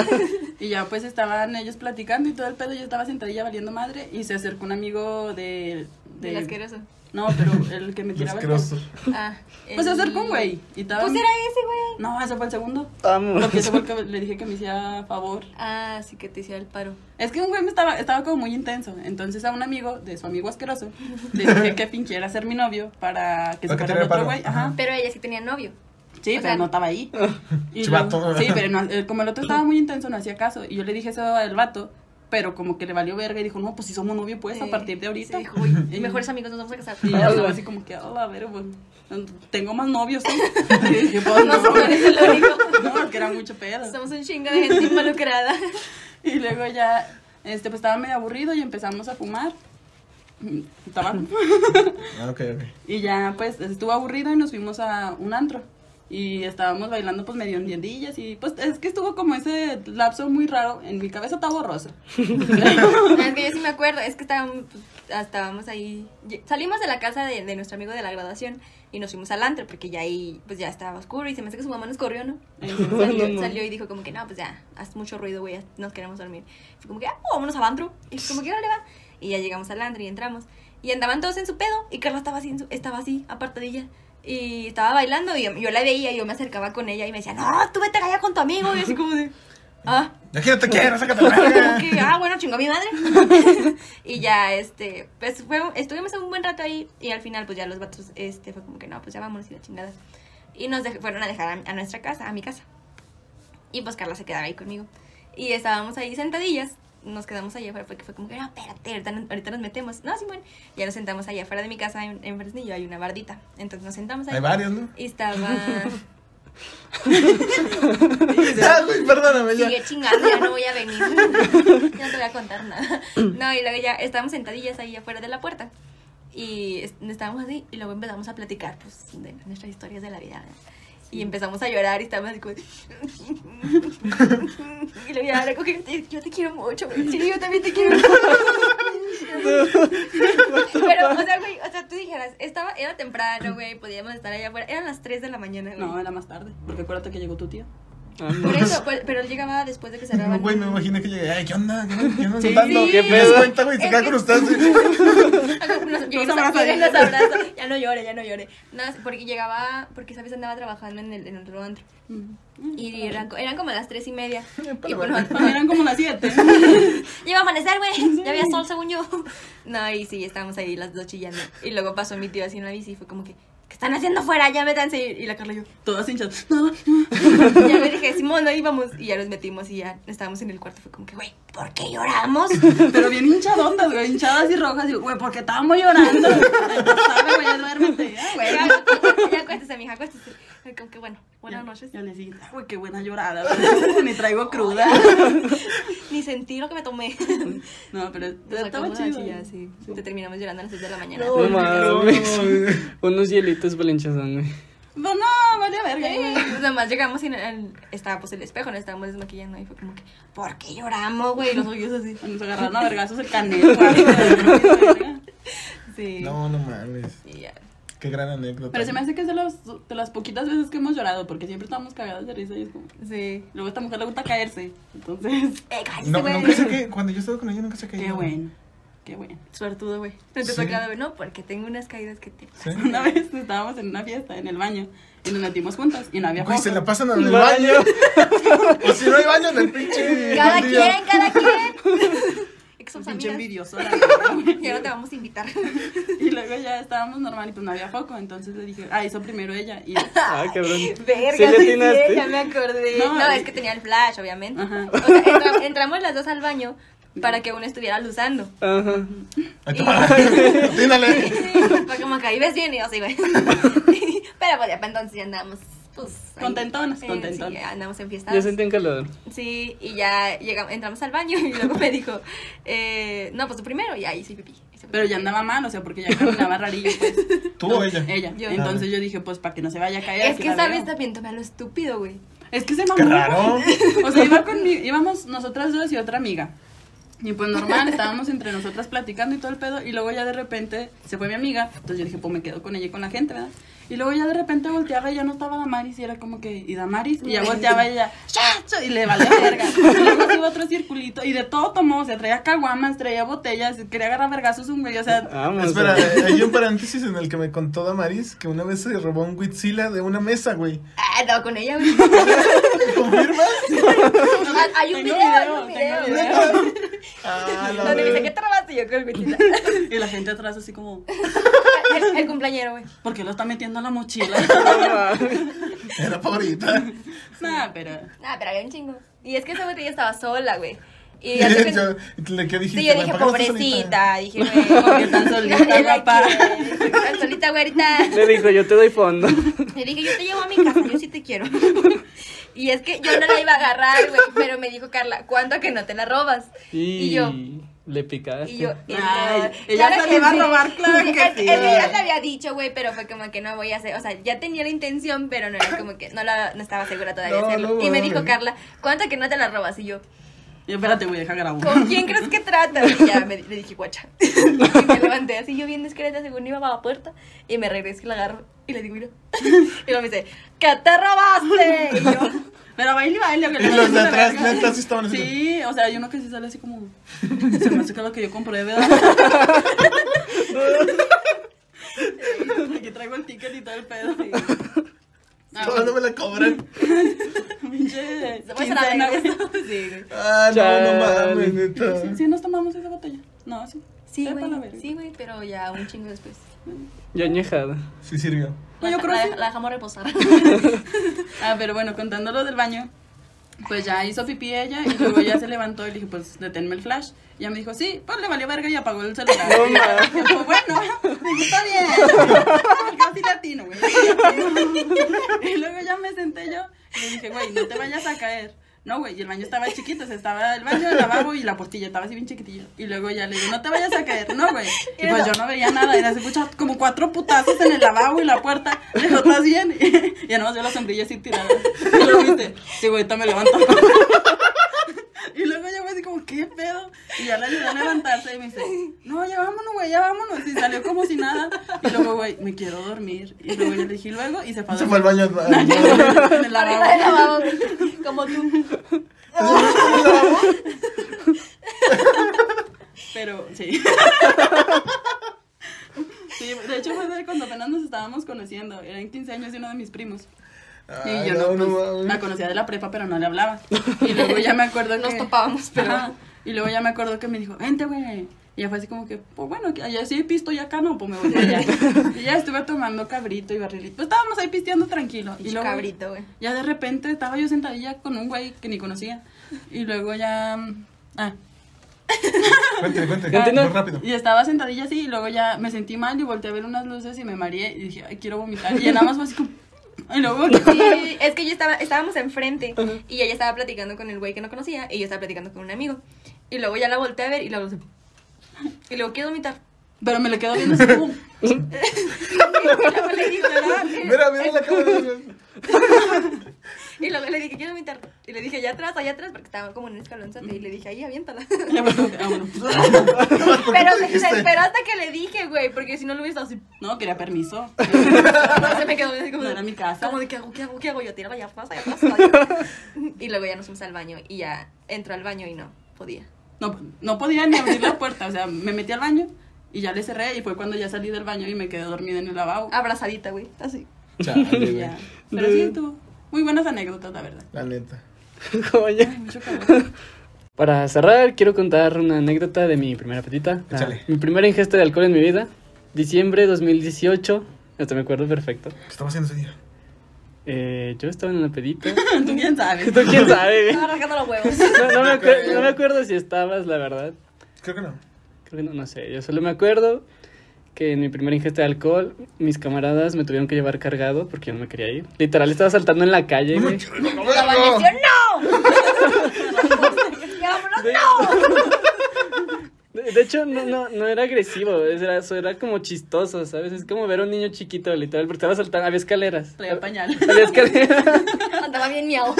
Speaker 4: Y ya pues estaban ellos platicando y todo el pedo, yo estaba sentadilla valiendo madre y se acercó un amigo de...
Speaker 3: Del asqueroso.
Speaker 4: No, pero el que me tiraba el pedo.
Speaker 2: Asqueroso.
Speaker 3: Ah,
Speaker 4: Pues se
Speaker 3: el-
Speaker 4: acercó un güey y estaba...
Speaker 3: Pues era ese, güey.
Speaker 4: No, ese fue el segundo.
Speaker 1: Vamos.
Speaker 4: Porque ese fue el que le dije que me hiciera favor.
Speaker 3: Ah, sí que te hiciera el paro.
Speaker 4: Es que un güey me estaba, estaba como muy intenso. Entonces a un amigo de su amigo asqueroso le dije que fingiera ser mi novio para que se
Speaker 2: Para que te
Speaker 4: fuera el
Speaker 2: vea
Speaker 4: otro
Speaker 2: paro.
Speaker 4: güey. Ajá.
Speaker 3: Pero ella sí tenía novio.
Speaker 4: Sí,
Speaker 3: O
Speaker 4: pero
Speaker 3: sea,
Speaker 4: no estaba ahí. Y
Speaker 2: Chivato.
Speaker 4: luego- sí, pero no- eh, como el otro estaba muy intenso, no hacía caso. Y yo le dije eso al vato, pero como que le valió verga y dijo, no, pues si somos novio, pues a
Speaker 3: Eh,
Speaker 4: partir de
Speaker 3: se
Speaker 4: ahorita.
Speaker 3: dijo, "Uy, mejores amigos nos vamos a casar.
Speaker 4: Y yo estaba así como que, "Oh, a ver, pues, tengo más novios, ¿sí? Y dije, pues, no,
Speaker 3: Más o menos es lo único.
Speaker 4: no, porque era mucho pedo.
Speaker 3: Somos un chingo de gente involucrada.
Speaker 4: Y luego ya, este, pues estaba medio aburrido y empezamos a fumar. Mm, Tabaco.
Speaker 2: Ah, ok, ok.
Speaker 4: Y ya, pues, estuvo aburrido y nos fuimos a un antro. Y estábamos bailando, pues, medio en tiendillas. Y, pues, es que estuvo como ese lapso muy raro. En mi cabeza está borroso.
Speaker 3: Es que yo sí me acuerdo, es que estábamos, pues, estábamos ahí. ye- Salimos de la casa de, de nuestro amigo de la graduación y nos fuimos al antro porque ya ahí, pues ya estaba oscuro y se me hace que su mamá nos corrió, ¿no? Salió, salió y dijo como que no, pues ya, haz mucho ruido, güey, ya nos queremos dormir. Fue como que, ah, pues, vámonos a antro. Y fue como que, órale, va. Y ya llegamos al antro y entramos. Y andaban todos en su pedo y Carla estaba así, en su- estaba así, apartadilla. Y estaba bailando y yo, yo la veía, yo me acercaba con ella y me decía, no, tú vete allá con tu amigo. Y así como de, ah,
Speaker 2: Ya que no te quiero, sácate la
Speaker 3: como
Speaker 2: verga.
Speaker 3: que, ah, bueno, chingó a mi madre. y ya, este, pues fue, estuvimos un buen rato ahí y al final, pues ya los vatos, este, fue como que no, pues ya vámonos y la chingada. Y nos dej- fueron a dejar a, a nuestra casa, a mi casa. Y pues Carla se quedaba ahí conmigo. Y estábamos ahí sentadillas, nos quedamos allá afuera porque fue como que, no, espérate, ahorita, no- ahorita nos metemos. No, sí, bueno, ya nos sentamos allá afuera de mi casa en, en Fresnillo, hay una bardita. Entonces nos sentamos pues ahí.
Speaker 2: Hay varios, ¿no?
Speaker 3: Y estaba,
Speaker 2: Ya, güey, perdóname, Pues ya.
Speaker 3: sigue chingando, ya no voy a venir. ya no te voy a contar nada. No, y luego ya estábamos sentadillas ahí afuera de la puerta. Y es- estábamos así, y luego empezamos a platicar, pues, de nuestras historias de la vida. ¿verdad? Y empezamos a llorar y estábamos así como... y luego ya era como que yo te quiero mucho, güey. Sí, yo también te quiero mucho. Pero, o sea, güey, o sea, tú dijeras, estaba, era temprano, güey, podíamos estar allá afuera. Eran las 3 de la mañana, güey.
Speaker 4: No, era más tarde. Porque acuérdate que llegó tu tía.
Speaker 3: Por eso, por- pero él llegaba después de que cerraban.
Speaker 2: Güey, me imagino que llegué. Ay, ¿qué onda? ¿Qué onda? ¿Qué onda?
Speaker 1: Sí,
Speaker 2: Tanto,
Speaker 1: sí.
Speaker 2: ¿Qué pedo? ¿Te das cuenta, güey? Se queda con ustedes.
Speaker 3: Nos, llega y
Speaker 4: Nos
Speaker 3: nos
Speaker 4: abraza.
Speaker 3: llega y nos abraza. Ya no llore, ya no llore. No, es porque llegaba, porque sabes andaba trabajando en el en otro antro.
Speaker 4: Mm.
Speaker 3: Y eran, co- eran como las tres y media. Y bueno,
Speaker 4: Para mí eran como las 7.
Speaker 3: ya iba a amanecer, güey. Ya había sol, según yo. No, y sí, estábamos ahí las dos chillando. Y luego pasó mi tío así en la bici y fue como que, ¿qué están haciendo fuera? Ya métanse. Y la Carla y yo,
Speaker 4: Todas hinchas. No, no.
Speaker 3: Y ya le dije, Simón, ahí vamos. Y ya nos metimos y ya estábamos en el cuarto. Fue como que, güey, ¿por qué lloramos?
Speaker 4: Pero bien hinchadondas, güey. Hinchadas y rojas. Y, güey, porque estábamos llorando. Sabe, güey, ya duérmete. Ya,
Speaker 3: Güey,
Speaker 4: güey.
Speaker 3: ya, acuéstese, ya acuéstese, mija, acuéstese. Fue Como que, bueno, buenas noches.
Speaker 4: Yo le dije, güey, qué buena llorada. güey. Me traigo cruda.
Speaker 3: Ni sentí lo que me tomé.
Speaker 4: No, pero
Speaker 3: Nos
Speaker 4: estaba
Speaker 3: sacamos
Speaker 4: chido.
Speaker 3: así, ya, sí. Te terminamos llorando a las 6 de la mañana.
Speaker 1: No mames. Unos hielitos para el hinchazón, güey.
Speaker 4: Pues no, vale verga,
Speaker 3: Eh,
Speaker 4: güey.
Speaker 3: Pues nada más llegamos y en- en- estaba pues el espejo, nos estábamos desmaquillando y fue como que, ¿por qué lloramos, güey? Los ojos así.
Speaker 4: Nos agarraron a vergazos el canelo. güey, verga.
Speaker 3: Sí.
Speaker 2: No, no mames.
Speaker 3: Y ya.
Speaker 2: Qué gran anécdota.
Speaker 4: Pero se me hace que es de, los- de las poquitas veces que hemos llorado, porque siempre estábamos cagadas de risa y es como...
Speaker 3: Sí.
Speaker 4: Luego a esta mujer le gusta caerse, entonces...
Speaker 3: Eh, cállate,
Speaker 2: No,
Speaker 3: güey.
Speaker 2: nunca saqué. Cuando yo estaba con ella, nunca saqué.
Speaker 4: Qué bueno, qué bueno.
Speaker 3: Suertudo, güey. No te
Speaker 2: Sí.
Speaker 3: toca de no, porque tengo unas caídas que te.
Speaker 2: ¿Sí?
Speaker 4: Una vez estábamos en una fiesta, en el baño, y nos metimos juntas, y no había
Speaker 2: Güey, se
Speaker 4: foco.
Speaker 2: la pasan en el baño. o si no hay baño en el pinche.
Speaker 3: Cada
Speaker 2: día.
Speaker 3: quien, cada quien. Es que
Speaker 4: Un
Speaker 3: somos
Speaker 4: pinche
Speaker 3: amigas.
Speaker 4: envidioso, la verdad, güey.
Speaker 3: Y ahora te vamos a invitar.
Speaker 4: Y luego ya estábamos normal y pues no había foco, entonces le dije, ah, hizo primero ella, y...
Speaker 1: Ah, cabrón.
Speaker 3: Verga,
Speaker 1: Sí le
Speaker 3: sí,
Speaker 1: atinaste.
Speaker 3: sí, ya me acordé.
Speaker 4: No,
Speaker 3: No,
Speaker 4: y-
Speaker 3: es que tenía el flash, obviamente.
Speaker 4: Ajá.
Speaker 3: O sea, entra- entramos las dos al baño para que uno estuviera luzando.
Speaker 1: Ajá.
Speaker 2: Ahí te va. Atínale.
Speaker 3: Fue como que ahí ves bien y yo sí, güey. Pero pues ya para entonces ya andamos. Pues, ahí.
Speaker 4: Contentonas,
Speaker 3: Eh,
Speaker 4: contentonas.
Speaker 3: Sí, andamos en
Speaker 1: Yo
Speaker 3: fiestas.
Speaker 1: sentí un calor.
Speaker 3: Sí, y ya llegamos, entramos al baño y luego me dijo, eh, no, pues tú primero y ahí hice pipí. Hice
Speaker 4: Pero ya andaba mal, o sea, porque ya caminaba rarillo, pues.
Speaker 2: Tú o ella.
Speaker 4: Ella.
Speaker 3: Yo.
Speaker 4: Entonces yo dije, pues, para que no se vaya a caer.
Speaker 3: Es
Speaker 4: aquí
Speaker 3: que
Speaker 4: la
Speaker 3: sabes
Speaker 4: veo.
Speaker 3: también tomé a lo estúpido, güey.
Speaker 4: Es que se mamó.
Speaker 2: Qué raro.
Speaker 4: O sea, iba conmigo, íbamos nosotras dos y otra amiga. Y pues normal, estábamos entre nosotras platicando y todo el pedo. Y luego ya de repente se fue mi amiga. Entonces yo dije, pues me quedo con ella y con la gente, ¿verdad? Y luego ya de repente volteaba y ya no estaba Damaris y era como que, ¿y Damaris? Y ya volteaba y ya, ¡chacho! Y le valía verga. Y luego se iba a otro circulito y de todo tomó. O sea, traía caguamas, traía botellas, quería agarrar vergazos un güey. O
Speaker 2: Ah.
Speaker 4: sea,
Speaker 1: Vamos.
Speaker 2: Espera,
Speaker 1: güey.
Speaker 2: eh, hay un paréntesis en el que me contó Damaris que una vez se robó un Huitzila de una mesa, güey.
Speaker 3: Ah, andaba con ella, güey.
Speaker 2: ¿Confirmas?
Speaker 3: Ah, Hay un
Speaker 4: Tengo
Speaker 3: video, hay un
Speaker 4: video,
Speaker 3: video.
Speaker 4: tengo
Speaker 2: Ah, la
Speaker 3: Donde me dice,
Speaker 2: verga.
Speaker 3: ¿qué te robaste? Y yo creo que el,
Speaker 4: y la gente atrás así como,
Speaker 3: el, el cumpleañero, güey.
Speaker 4: ¿por qué lo está metiendo a la mochila?
Speaker 2: Era favorita.
Speaker 4: Nada, pero...
Speaker 3: Ah, pero había un chingo. Y es que esa botella estaba sola, güey. Y ya sé que-
Speaker 2: Yo, le que dijiste,
Speaker 3: Sí, yo
Speaker 2: "Me
Speaker 3: dije,
Speaker 2: pagaste solita".
Speaker 3: pobrecita. Dije, güey,
Speaker 4: Porque tan solita,
Speaker 3: nadie la
Speaker 4: papá.
Speaker 3: quiere, porque Tan solita, güey, ahorita.
Speaker 1: Le dijo, yo te doy fondo.
Speaker 3: Le dije, yo te llevo a mi casa, yo sí te quiero. Y es que yo no la iba a agarrar, güey. Pero me dijo Carla, ¿cuánto que no te la robas? Y, yo.
Speaker 1: Le picaste.
Speaker 3: Y yo,
Speaker 4: Ay,
Speaker 3: eh,
Speaker 4: ella
Speaker 3: claro
Speaker 4: se
Speaker 3: que
Speaker 4: le va a
Speaker 3: sí.
Speaker 4: robar, claro que
Speaker 3: Es-
Speaker 4: sí.
Speaker 3: es que ya te había dicho, güey, pero fue como que no voy a hacer, o sea, ya tenía la intención, pero no era como que, no, la, no estaba segura todavía de
Speaker 2: No,
Speaker 3: hacerlo.
Speaker 2: no,
Speaker 3: y me
Speaker 2: mames.
Speaker 3: dijo Carla, ¿cuánto que no te la robas? Y yo,
Speaker 4: Yo, espérate, voy a dejar grabar.
Speaker 3: ¿Con quién crees que tratas? Y ya me, le dije, guacha. Y me levanté así, yo bien discreta, según iba para la puerta. Y me regresé y la agarro. Y le digo, mira. Y luego me dice, ¿qué te robaste? Y yo,
Speaker 4: Pero baile y baile. que
Speaker 2: Y
Speaker 4: le-
Speaker 2: los de
Speaker 4: la
Speaker 2: atrás,
Speaker 4: verga.
Speaker 2: neta, sí estaban así.
Speaker 4: Sí, o sea, hay uno que sí sale así como. Se me hace que lo que yo compré, ¿verdad? Aquí traigo el ticket y todo el pedo. Ah,
Speaker 2: Todavía no me la cobran.
Speaker 4: pinche
Speaker 3: ¿se puede hacer
Speaker 4: quincena,
Speaker 3: algo de
Speaker 4: güey.
Speaker 3: eso? Sí, güey.
Speaker 2: Ah, no, no
Speaker 1: Chale.
Speaker 2: mames, neta.
Speaker 4: Sí, sí, nos tomamos esa botella. No, sí.
Speaker 3: Sí,
Speaker 4: Sepa la
Speaker 3: güey.
Speaker 4: verga.
Speaker 3: Sí, güey, pero ya un chingo después.
Speaker 1: Yo añejada.
Speaker 2: Sí sirvió.
Speaker 4: No, yo
Speaker 3: La-
Speaker 4: creo
Speaker 3: la,
Speaker 4: que sí.
Speaker 3: la dejamos reposar.
Speaker 4: Ah, pero bueno, contando lo del baño, pues ya hizo pipí ella y luego ya se levantó y le dije, pues deténme el flash. Y ella me dijo, sí, pues le valió verga y apagó el celular.
Speaker 1: No,
Speaker 4: Y yo,
Speaker 1: ma.
Speaker 4: pues, bueno, me dijo, está bien. Casi latino, güey. Y luego ya me senté yo y le dije, güey, no te vayas a caer. No, güey, y el baño estaba chiquito, o sea, estaba el baño, el lavabo y la portilla, estaba así bien chiquitillo. Y luego ya le digo, no te vayas a caer, no, güey. Y pues yo no veía nada, era, se escuchaba como cuatro putazos en el lavabo y la puerta. Le digo, ¿estás bien? Y ya nomás veo la sombrilla así tirada. Y luego viste, sí, güey, ahorita me levanto. Y luego yo me así como, ¿qué ¿qué pedo? Y ya la ayudé a levantarse y me dice, no, ya vámonos, güey, ya vámonos. Y salió como si nada. Y luego, güey, me quiero dormir. Y luego yo le dije, "¿Y luego, y se fue a
Speaker 2: Se fue al
Speaker 4: dormir.
Speaker 2: baño.
Speaker 4: En el
Speaker 3: Arriba del
Speaker 4: lavabo.
Speaker 3: lavabo, güey, como tú.
Speaker 4: Pero, sí. Sí, de hecho fue de cuando apenas nos estábamos conociendo. Era en 15 años de uno de mis primos.
Speaker 2: Ah,
Speaker 4: Y yo no, pues, la conocía de la prepa, pero no le hablaba. Y luego ya me acuerdo que...
Speaker 3: Nos topábamos, pero-
Speaker 4: Ajá. Y luego ya me acuerdo que me dijo, vente, güey. Y ya fue así como que, pues bueno, que allá sí pisto y acá no, pues me voy para allá. y ya estuve tomando cabrito y barrilito. Pues estábamos ahí pisteando tranquilo. Y
Speaker 3: Pinche
Speaker 4: luego,
Speaker 3: cabrito, güey.
Speaker 4: Ya de repente estaba yo sentadilla con un güey que ni conocía. Y luego ya... mm, Ah,
Speaker 2: Cuéntale, cuéntale.
Speaker 1: Continúa.
Speaker 2: Muy rápido.
Speaker 4: y estaba sentadilla así y luego ya me sentí mal y volteé a ver unas luces y me mareé y dije, ay, quiero vomitar. Y ya nada más fue así como... Y luego...
Speaker 3: Sí, es que yo estaba, estábamos enfrente y ella estaba platicando con el güey que no conocía y yo estaba platicando con un amigo. Y luego ya la volteé a ver y luego se... Y luego quiero vomitar.
Speaker 4: Pero me le quedo viendo así como...
Speaker 3: Y luego le dije, "No".
Speaker 2: Mira, mira la cámara.
Speaker 3: Y luego le dije, quiero vomitar. Y le dije, allá atrás, allá atrás, porque estaba como en un escalonzote. Y le dije, ahí, aviéntala.
Speaker 4: Y ya fue como que, ah, bueno.
Speaker 3: Pero se, se
Speaker 2: dijiste?
Speaker 3: esperó hasta que le dije, güey, porque si no lo hubiese estado así.
Speaker 4: No, quería permiso.
Speaker 3: Se me quedó así como.
Speaker 4: No era mi casa.
Speaker 3: Como de, ¿qué hago? ¿Qué hago? ¿Qué hago? Yo tiraba ya atrás, allá atrás. allá atrás. Y luego ya nos fuimos al baño y ya entró al baño y no podía.
Speaker 4: No, no podía ni abrir la puerta, o sea, me metí al baño y ya le cerré y fue cuando ya salí del baño y me quedé dormida en el lavabo.
Speaker 1: Ah,
Speaker 3: Abrazadita, güey, así.
Speaker 5: Chale,
Speaker 4: Y
Speaker 5: güey.
Speaker 4: ya. Pero sí, tuvo muy buenas anécdotas, la verdad.
Speaker 2: La neta.
Speaker 1: Como ya.
Speaker 4: Mucho calor.
Speaker 1: Para cerrar, quiero contar una anécdota de mi primera petita. la-
Speaker 2: Échale.
Speaker 1: mi primera ingesta de alcohol en mi vida. Diciembre 2018. Hasta me acuerdo perfecto.
Speaker 2: ¿Qué estaba haciendo ese día?
Speaker 1: Eh, yo estaba en una pedita.
Speaker 4: Tú quién sabes.
Speaker 1: ¿Tú quién sabe?
Speaker 3: Estaba rascando los huevos.
Speaker 1: No, no me acuer- no me acuerdo si estabas, la verdad.
Speaker 2: Creo que no.
Speaker 1: Creo que no, no sé. Yo solo me acuerdo que en mi primera ingesta de alcohol, mis camaradas me tuvieron que llevar cargado porque yo no me quería ir. Literal, estaba saltando en la calle, güey.
Speaker 3: La maldición, ¡no! Y vámonos, ¡no!
Speaker 1: De, de hecho, no, no, no era agresivo, es- era, eso era como chistoso, ¿sabes? Es como ver a un niño chiquito, literal, porque estaba saltando, había escaleras.
Speaker 4: Traía pañal.
Speaker 1: Había escaleras
Speaker 3: Andaba bien miau.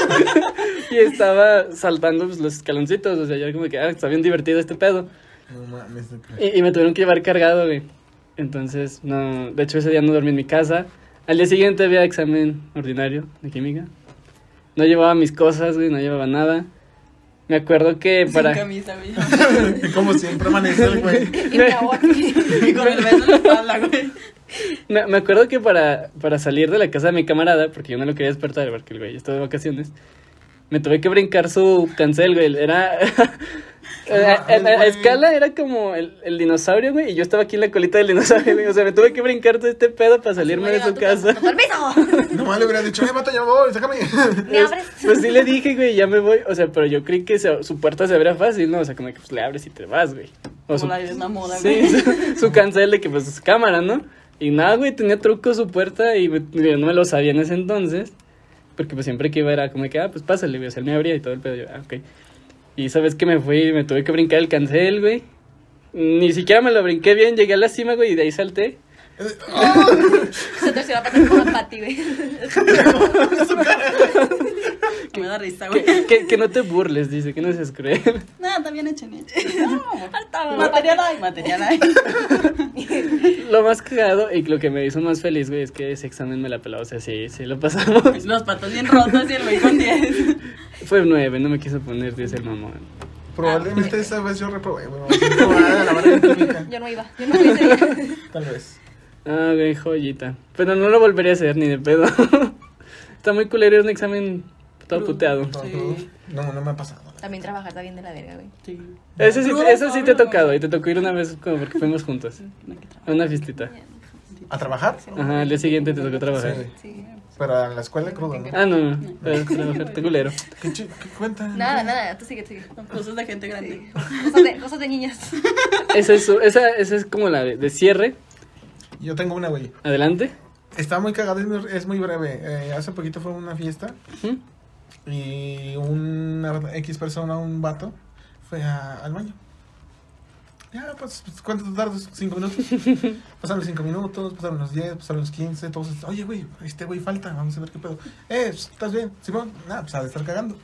Speaker 1: y estaba saltando pues, los escaloncitos, o sea, yo era como que, ah, está bien divertido este pedo.
Speaker 2: No mames, no creo.
Speaker 1: Y, y me tuvieron que llevar cargado, güey. Entonces, no, de hecho ese día no dormí en mi casa. Al día siguiente había examen ordinario de química. No llevaba mis cosas, güey, no llevaba nada. Me acuerdo que
Speaker 4: Sin
Speaker 1: para...
Speaker 4: camisa, güey.
Speaker 2: Y como siempre amanece el güey.
Speaker 3: Y miau aquí.
Speaker 4: Y con el beso en la espalda, güey.
Speaker 1: Me, me acuerdo que para, para salir de la casa de mi camarada, porque yo no lo quería despertar, porque el güey estaba de vacaciones, me tuve que brincar su cancel, güey. Era. A, a- a- a escala era como el, el dinosaurio, güey, y yo estaba aquí en la colita del dinosaurio, güey. O sea, me tuve que brincar todo este pedo para salirme de su casa.
Speaker 3: ¡Con permiso!
Speaker 2: Nomás le hubiera dicho, eh, mata, ya me voy, sácame.
Speaker 3: ¿Me abres?
Speaker 1: Pues sí le dije, güey, ya me voy. O sea, pero yo creí que se- su puerta se abría fácil, ¿no? O sea, como que pues, le abres y te vas, güey. O
Speaker 4: Como
Speaker 1: su,
Speaker 4: la de una moda,
Speaker 1: Sí,
Speaker 4: güey.
Speaker 1: su, su cancel de que pues su cámara, ¿no? Y nada, güey, tenía truco su puerta y me- yo no me lo sabía en ese entonces. Porque pues siempre que iba era como que, ah, pues pásale, güey. O sea, él me abría y todo el pedo. Yo, ah, ok. Y sabes que me fui, me tuve que brincar el cancel, güey. Ni siquiera me lo brinqué bien, llegué a la cima, güey, y de ahí salté.
Speaker 3: Se torció la pata como Patty, güey.
Speaker 4: Que me da risa, güey.
Speaker 1: Que, que, que no te burles, dice, que no seas cruel.
Speaker 4: Nada, también echen hecho.
Speaker 3: Faltaba más
Speaker 4: Material hay. Material hay.
Speaker 1: Lo más cagado y lo que me hizo más feliz, güey, es que ese examen me la peló. O sea, sí, sí, lo pasamos.
Speaker 4: Los patos bien rotos y el güey con 10.
Speaker 1: Fue nueve, no me quiso poner 10 el mamón.
Speaker 2: Probablemente esa vez yo reprobé, güey. vamos a probar la barra de química.
Speaker 3: Yo no iba. Yo no iba ese día.
Speaker 2: Tal vez.
Speaker 1: Ah, güey, joyita. Pero no lo volvería a hacer ni de pedo. Está muy culero, es un examen todo puteado.
Speaker 2: No,
Speaker 4: Sí.
Speaker 2: No, no me ha pasado.
Speaker 3: También trabajar está bien de la verga, güey.
Speaker 4: Sí.
Speaker 1: Ese sí,
Speaker 4: Crudo,
Speaker 1: eso sí te ha
Speaker 4: cabrón.
Speaker 1: tocado y te tocó ir una vez como porque fuimos juntos.
Speaker 4: No, qué trabajo.
Speaker 1: A una fiestita.
Speaker 2: ¿A trabajar?
Speaker 1: Ajá, al día siguiente te tocó trabajar.
Speaker 2: Sí.
Speaker 3: Sí.
Speaker 2: Pero en la escuela crudo, ¿no?
Speaker 1: Ah, no, no, pero trabajar, está culero.
Speaker 2: ¿Qué, chi- qué cuenta?
Speaker 3: Nada, nada, tú sigue, sigue.
Speaker 4: Cosas de gente grande.
Speaker 3: Cosas de, cosas de niñas.
Speaker 1: Esa es, su- esa, esa es como la de, de cierre.
Speaker 2: Yo tengo una, güey.
Speaker 1: Adelante.
Speaker 2: Está muy cagada, es muy, es muy breve. Eh, hace poquito fue una fiesta
Speaker 1: Ujú.
Speaker 2: y una X persona, un vato, fue a- al baño. Ya, pues, pues, ¿cuánto te tardas? ¿Cinco minutos? pasaron los cinco minutos, pasaron los diez, pasaron los quince, todos, oye, güey, este güey falta, vamos a ver qué pedo. Eh, pues, ¿estás bien? Simón, nada, pues ha de estar cagando.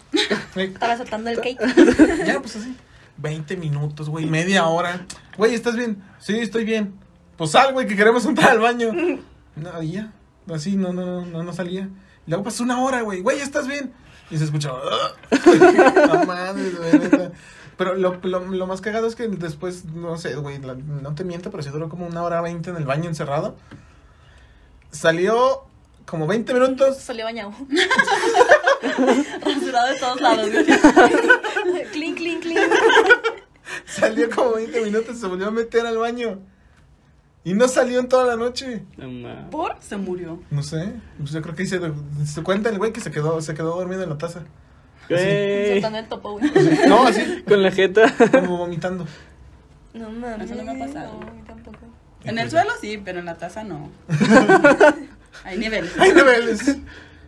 Speaker 2: Eh,
Speaker 3: Estaba soltando el cake.
Speaker 2: ya, pues así. 20 minutos, güey, media hora. Güey, ¿estás bien? Sí, estoy bien. Pues sal, güey, que queremos entrar al baño. No había. Así, no, no, no, no, no salía. Y luego pasó una hora, güey. Güey, ¿estás bien? Y se escuchaba. "Ah". No mames, güey, neta. Pero lo, lo, lo más cagado es que después, no sé, güey, la- no te miento, pero sí duró como una hora veinte en el baño encerrado. Salió como 20 minutos.
Speaker 3: Salió bañado.
Speaker 4: Rasurado de todos lados, güey.
Speaker 3: clean, clean, clean.
Speaker 2: Salió como 20 minutos y se volvió a meter al baño. Y no salió en toda la noche.
Speaker 1: No mames.
Speaker 4: Por se murió.
Speaker 2: No sé. Pues yo creo que hice. Se cuenta el güey que se quedó, se quedó dormido en la taza.
Speaker 4: Eh.
Speaker 1: Güey.
Speaker 3: Soltando el topo, güey.
Speaker 2: No, así.
Speaker 1: Con la jeta.
Speaker 2: Como vomitando.
Speaker 3: No mames.
Speaker 4: Eso no me ha pasado.
Speaker 3: No, a mí tampoco.
Speaker 4: En el suelo sí, pero en la taza no. Hay niveles.
Speaker 2: ¡Ay, niveles!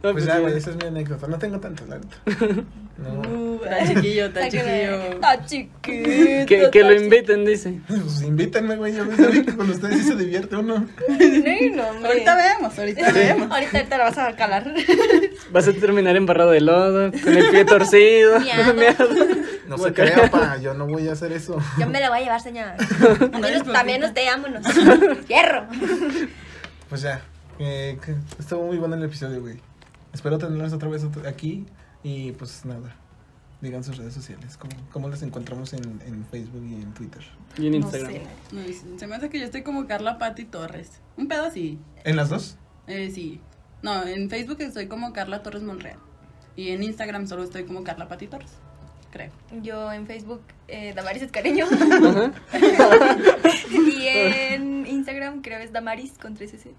Speaker 1: No,
Speaker 2: Pues ya,
Speaker 1: sí.
Speaker 2: güey, esa es mi anécdota. No tengo tantas, la neta. No.
Speaker 4: Está chiquillo, Uh, está
Speaker 3: Está que-
Speaker 4: chiquillo.
Speaker 3: Está chiquito.
Speaker 1: que, que lo
Speaker 3: está
Speaker 1: inviten, dice.
Speaker 2: Pues invítenme, güey. Yo sé que con ustedes sí se divierte uno.
Speaker 3: chiquito. No, hombre.
Speaker 4: Ahorita vemos, ahorita vemos.
Speaker 3: Ahorita, ahorita la vas a calar.
Speaker 1: Vas a terminar embarrado de lodo, con el pie torcido.
Speaker 3: Miado.
Speaker 2: No se crea, pa. Yo no voy a hacer eso.
Speaker 3: Yo me la voy a llevar, señora.
Speaker 4: Una
Speaker 3: También, nos- también
Speaker 4: disculpita.
Speaker 3: usted, vámonos. Hierro.
Speaker 2: Pues ya. eh, que- estuvo muy bueno el episodio, güey. Espero tenerlos otra vez otra- aquí. Y pues nada. Digan sus redes sociales. ¿Cómo, cómo las encontramos en, en Facebook y en Twitter?
Speaker 1: Y en
Speaker 3: No
Speaker 1: Instagram.
Speaker 3: sé.
Speaker 4: No, y Se me hace que yo estoy como Carla Patti Torres. Un pedo así.
Speaker 2: ¿En las dos?
Speaker 4: Eh, sí. No, en Facebook estoy como Carla Torres Monreal. Y en Instagram solo estoy como Carla Patti Torres. Creo.
Speaker 3: Yo en Facebook, eh, Damaris es cariño.
Speaker 1: Ajá.
Speaker 3: y en Instagram creo es Damaris con 3 S.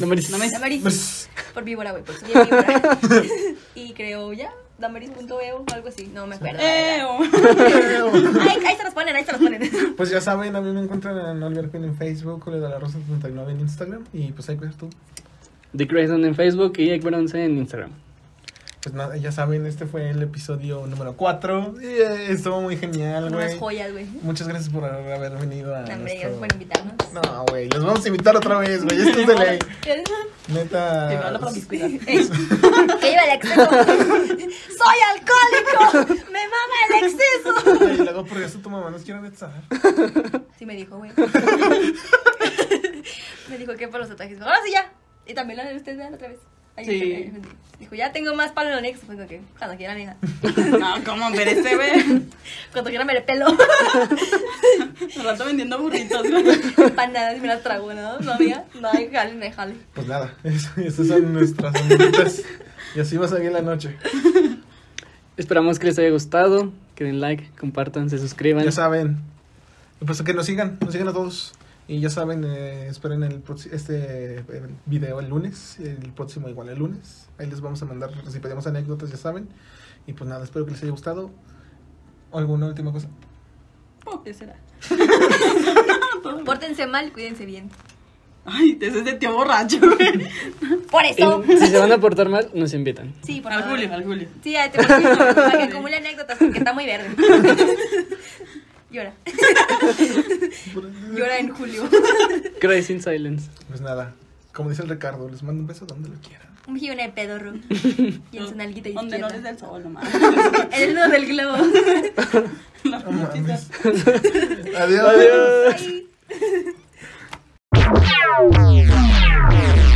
Speaker 1: No me dices.
Speaker 3: Damaris.
Speaker 2: Pues,
Speaker 3: Por víbora, güey, por ser bien víbora. y creo ya, damaris.eu o algo así. No me acuerdo. la
Speaker 4: ¡Eh!
Speaker 3: verdad.
Speaker 4: oh.
Speaker 3: Ahí, ahí se los ponen, ahí se los ponen.
Speaker 2: pues ya saben, a mí me encuentran en Oliver Queen en Facebook, Ole de la Rosa 79 en Instagram. Y pues ahí ver tú.
Speaker 1: The Grayson en Facebook y Egg Bronze en Instagram.
Speaker 2: Pues nada, ya saben, este fue el episodio número 4. estuvo muy genial,
Speaker 3: Unas
Speaker 2: güey.
Speaker 3: joyas, güey.
Speaker 2: Muchas gracias por haber venido a.
Speaker 3: Hombre,
Speaker 2: Ah, nuestro-
Speaker 3: gracias por invitarnos.
Speaker 2: No, güey, los vamos a invitar otra vez, güey. Esto es de E. ley. Neta.
Speaker 4: Que me habla promiscuidad.
Speaker 3: Que lleva el exceso. ¡Soy alcohólico! ¡Me mama el exceso!
Speaker 2: Y luego, por eso tu mamá nos quiere besar.
Speaker 3: Sí me dijo, güey. me dijo que por los tatuajes. Ahora sí ya. Y también la de ustedes vean otra vez. Ahí
Speaker 4: Sí.
Speaker 3: está, ahí me dijo. Dijo, ya tengo más palo en el nexo. Fue como que, cuando quiera, mija.
Speaker 4: No, este como merece, güey.
Speaker 3: Cuando quiera me le pelo.
Speaker 4: Al rato vendiendo burritos, güey.
Speaker 3: Panadas y me las trago, ¿no? No, amiga. No, ahí jale, me jale.
Speaker 2: Pues nada, eso- esas son nuestras amiguitas. Y así va a seguir la noche.
Speaker 1: Esperamos que les haya gustado. Que den like, compartan, se suscriban.
Speaker 2: Ya saben. Y Pues que nos sigan, nos sigan a todos. Y ya saben, eh, esperen el proxi- este eh, video el lunes, el próximo igual el lunes. Ahí les vamos a mandar, si pedimos anécdotas, ya saben. Y pues nada, espero que les haya gustado. ¿Alguna última cosa?
Speaker 4: Oh, ¿Qué será?
Speaker 3: Pórtense mal, cuídense bien.
Speaker 4: Ay, te haces de tío borracho, güey.
Speaker 3: Por eso.
Speaker 1: Y si se van a portar mal, nos invitan.
Speaker 3: Sí, por
Speaker 4: Al
Speaker 3: favor.
Speaker 4: Julio, al Julio.
Speaker 3: Sí, ahí te voy a para que acumule anécdotas porque está muy verde. Llora. Llora en julio.
Speaker 1: Cries in silence.
Speaker 2: Pues nada, como dice el Ricardo, les mando un beso donde lo quieran.
Speaker 3: Un mejillón de pedorro. Y en su nalguita
Speaker 4: Donde no les
Speaker 3: izquierda.
Speaker 4: dé el sol, nomás.
Speaker 3: El nudo del globo.
Speaker 4: Las
Speaker 2: No mames.
Speaker 4: puntitas.
Speaker 2: Adiós.
Speaker 3: Bye.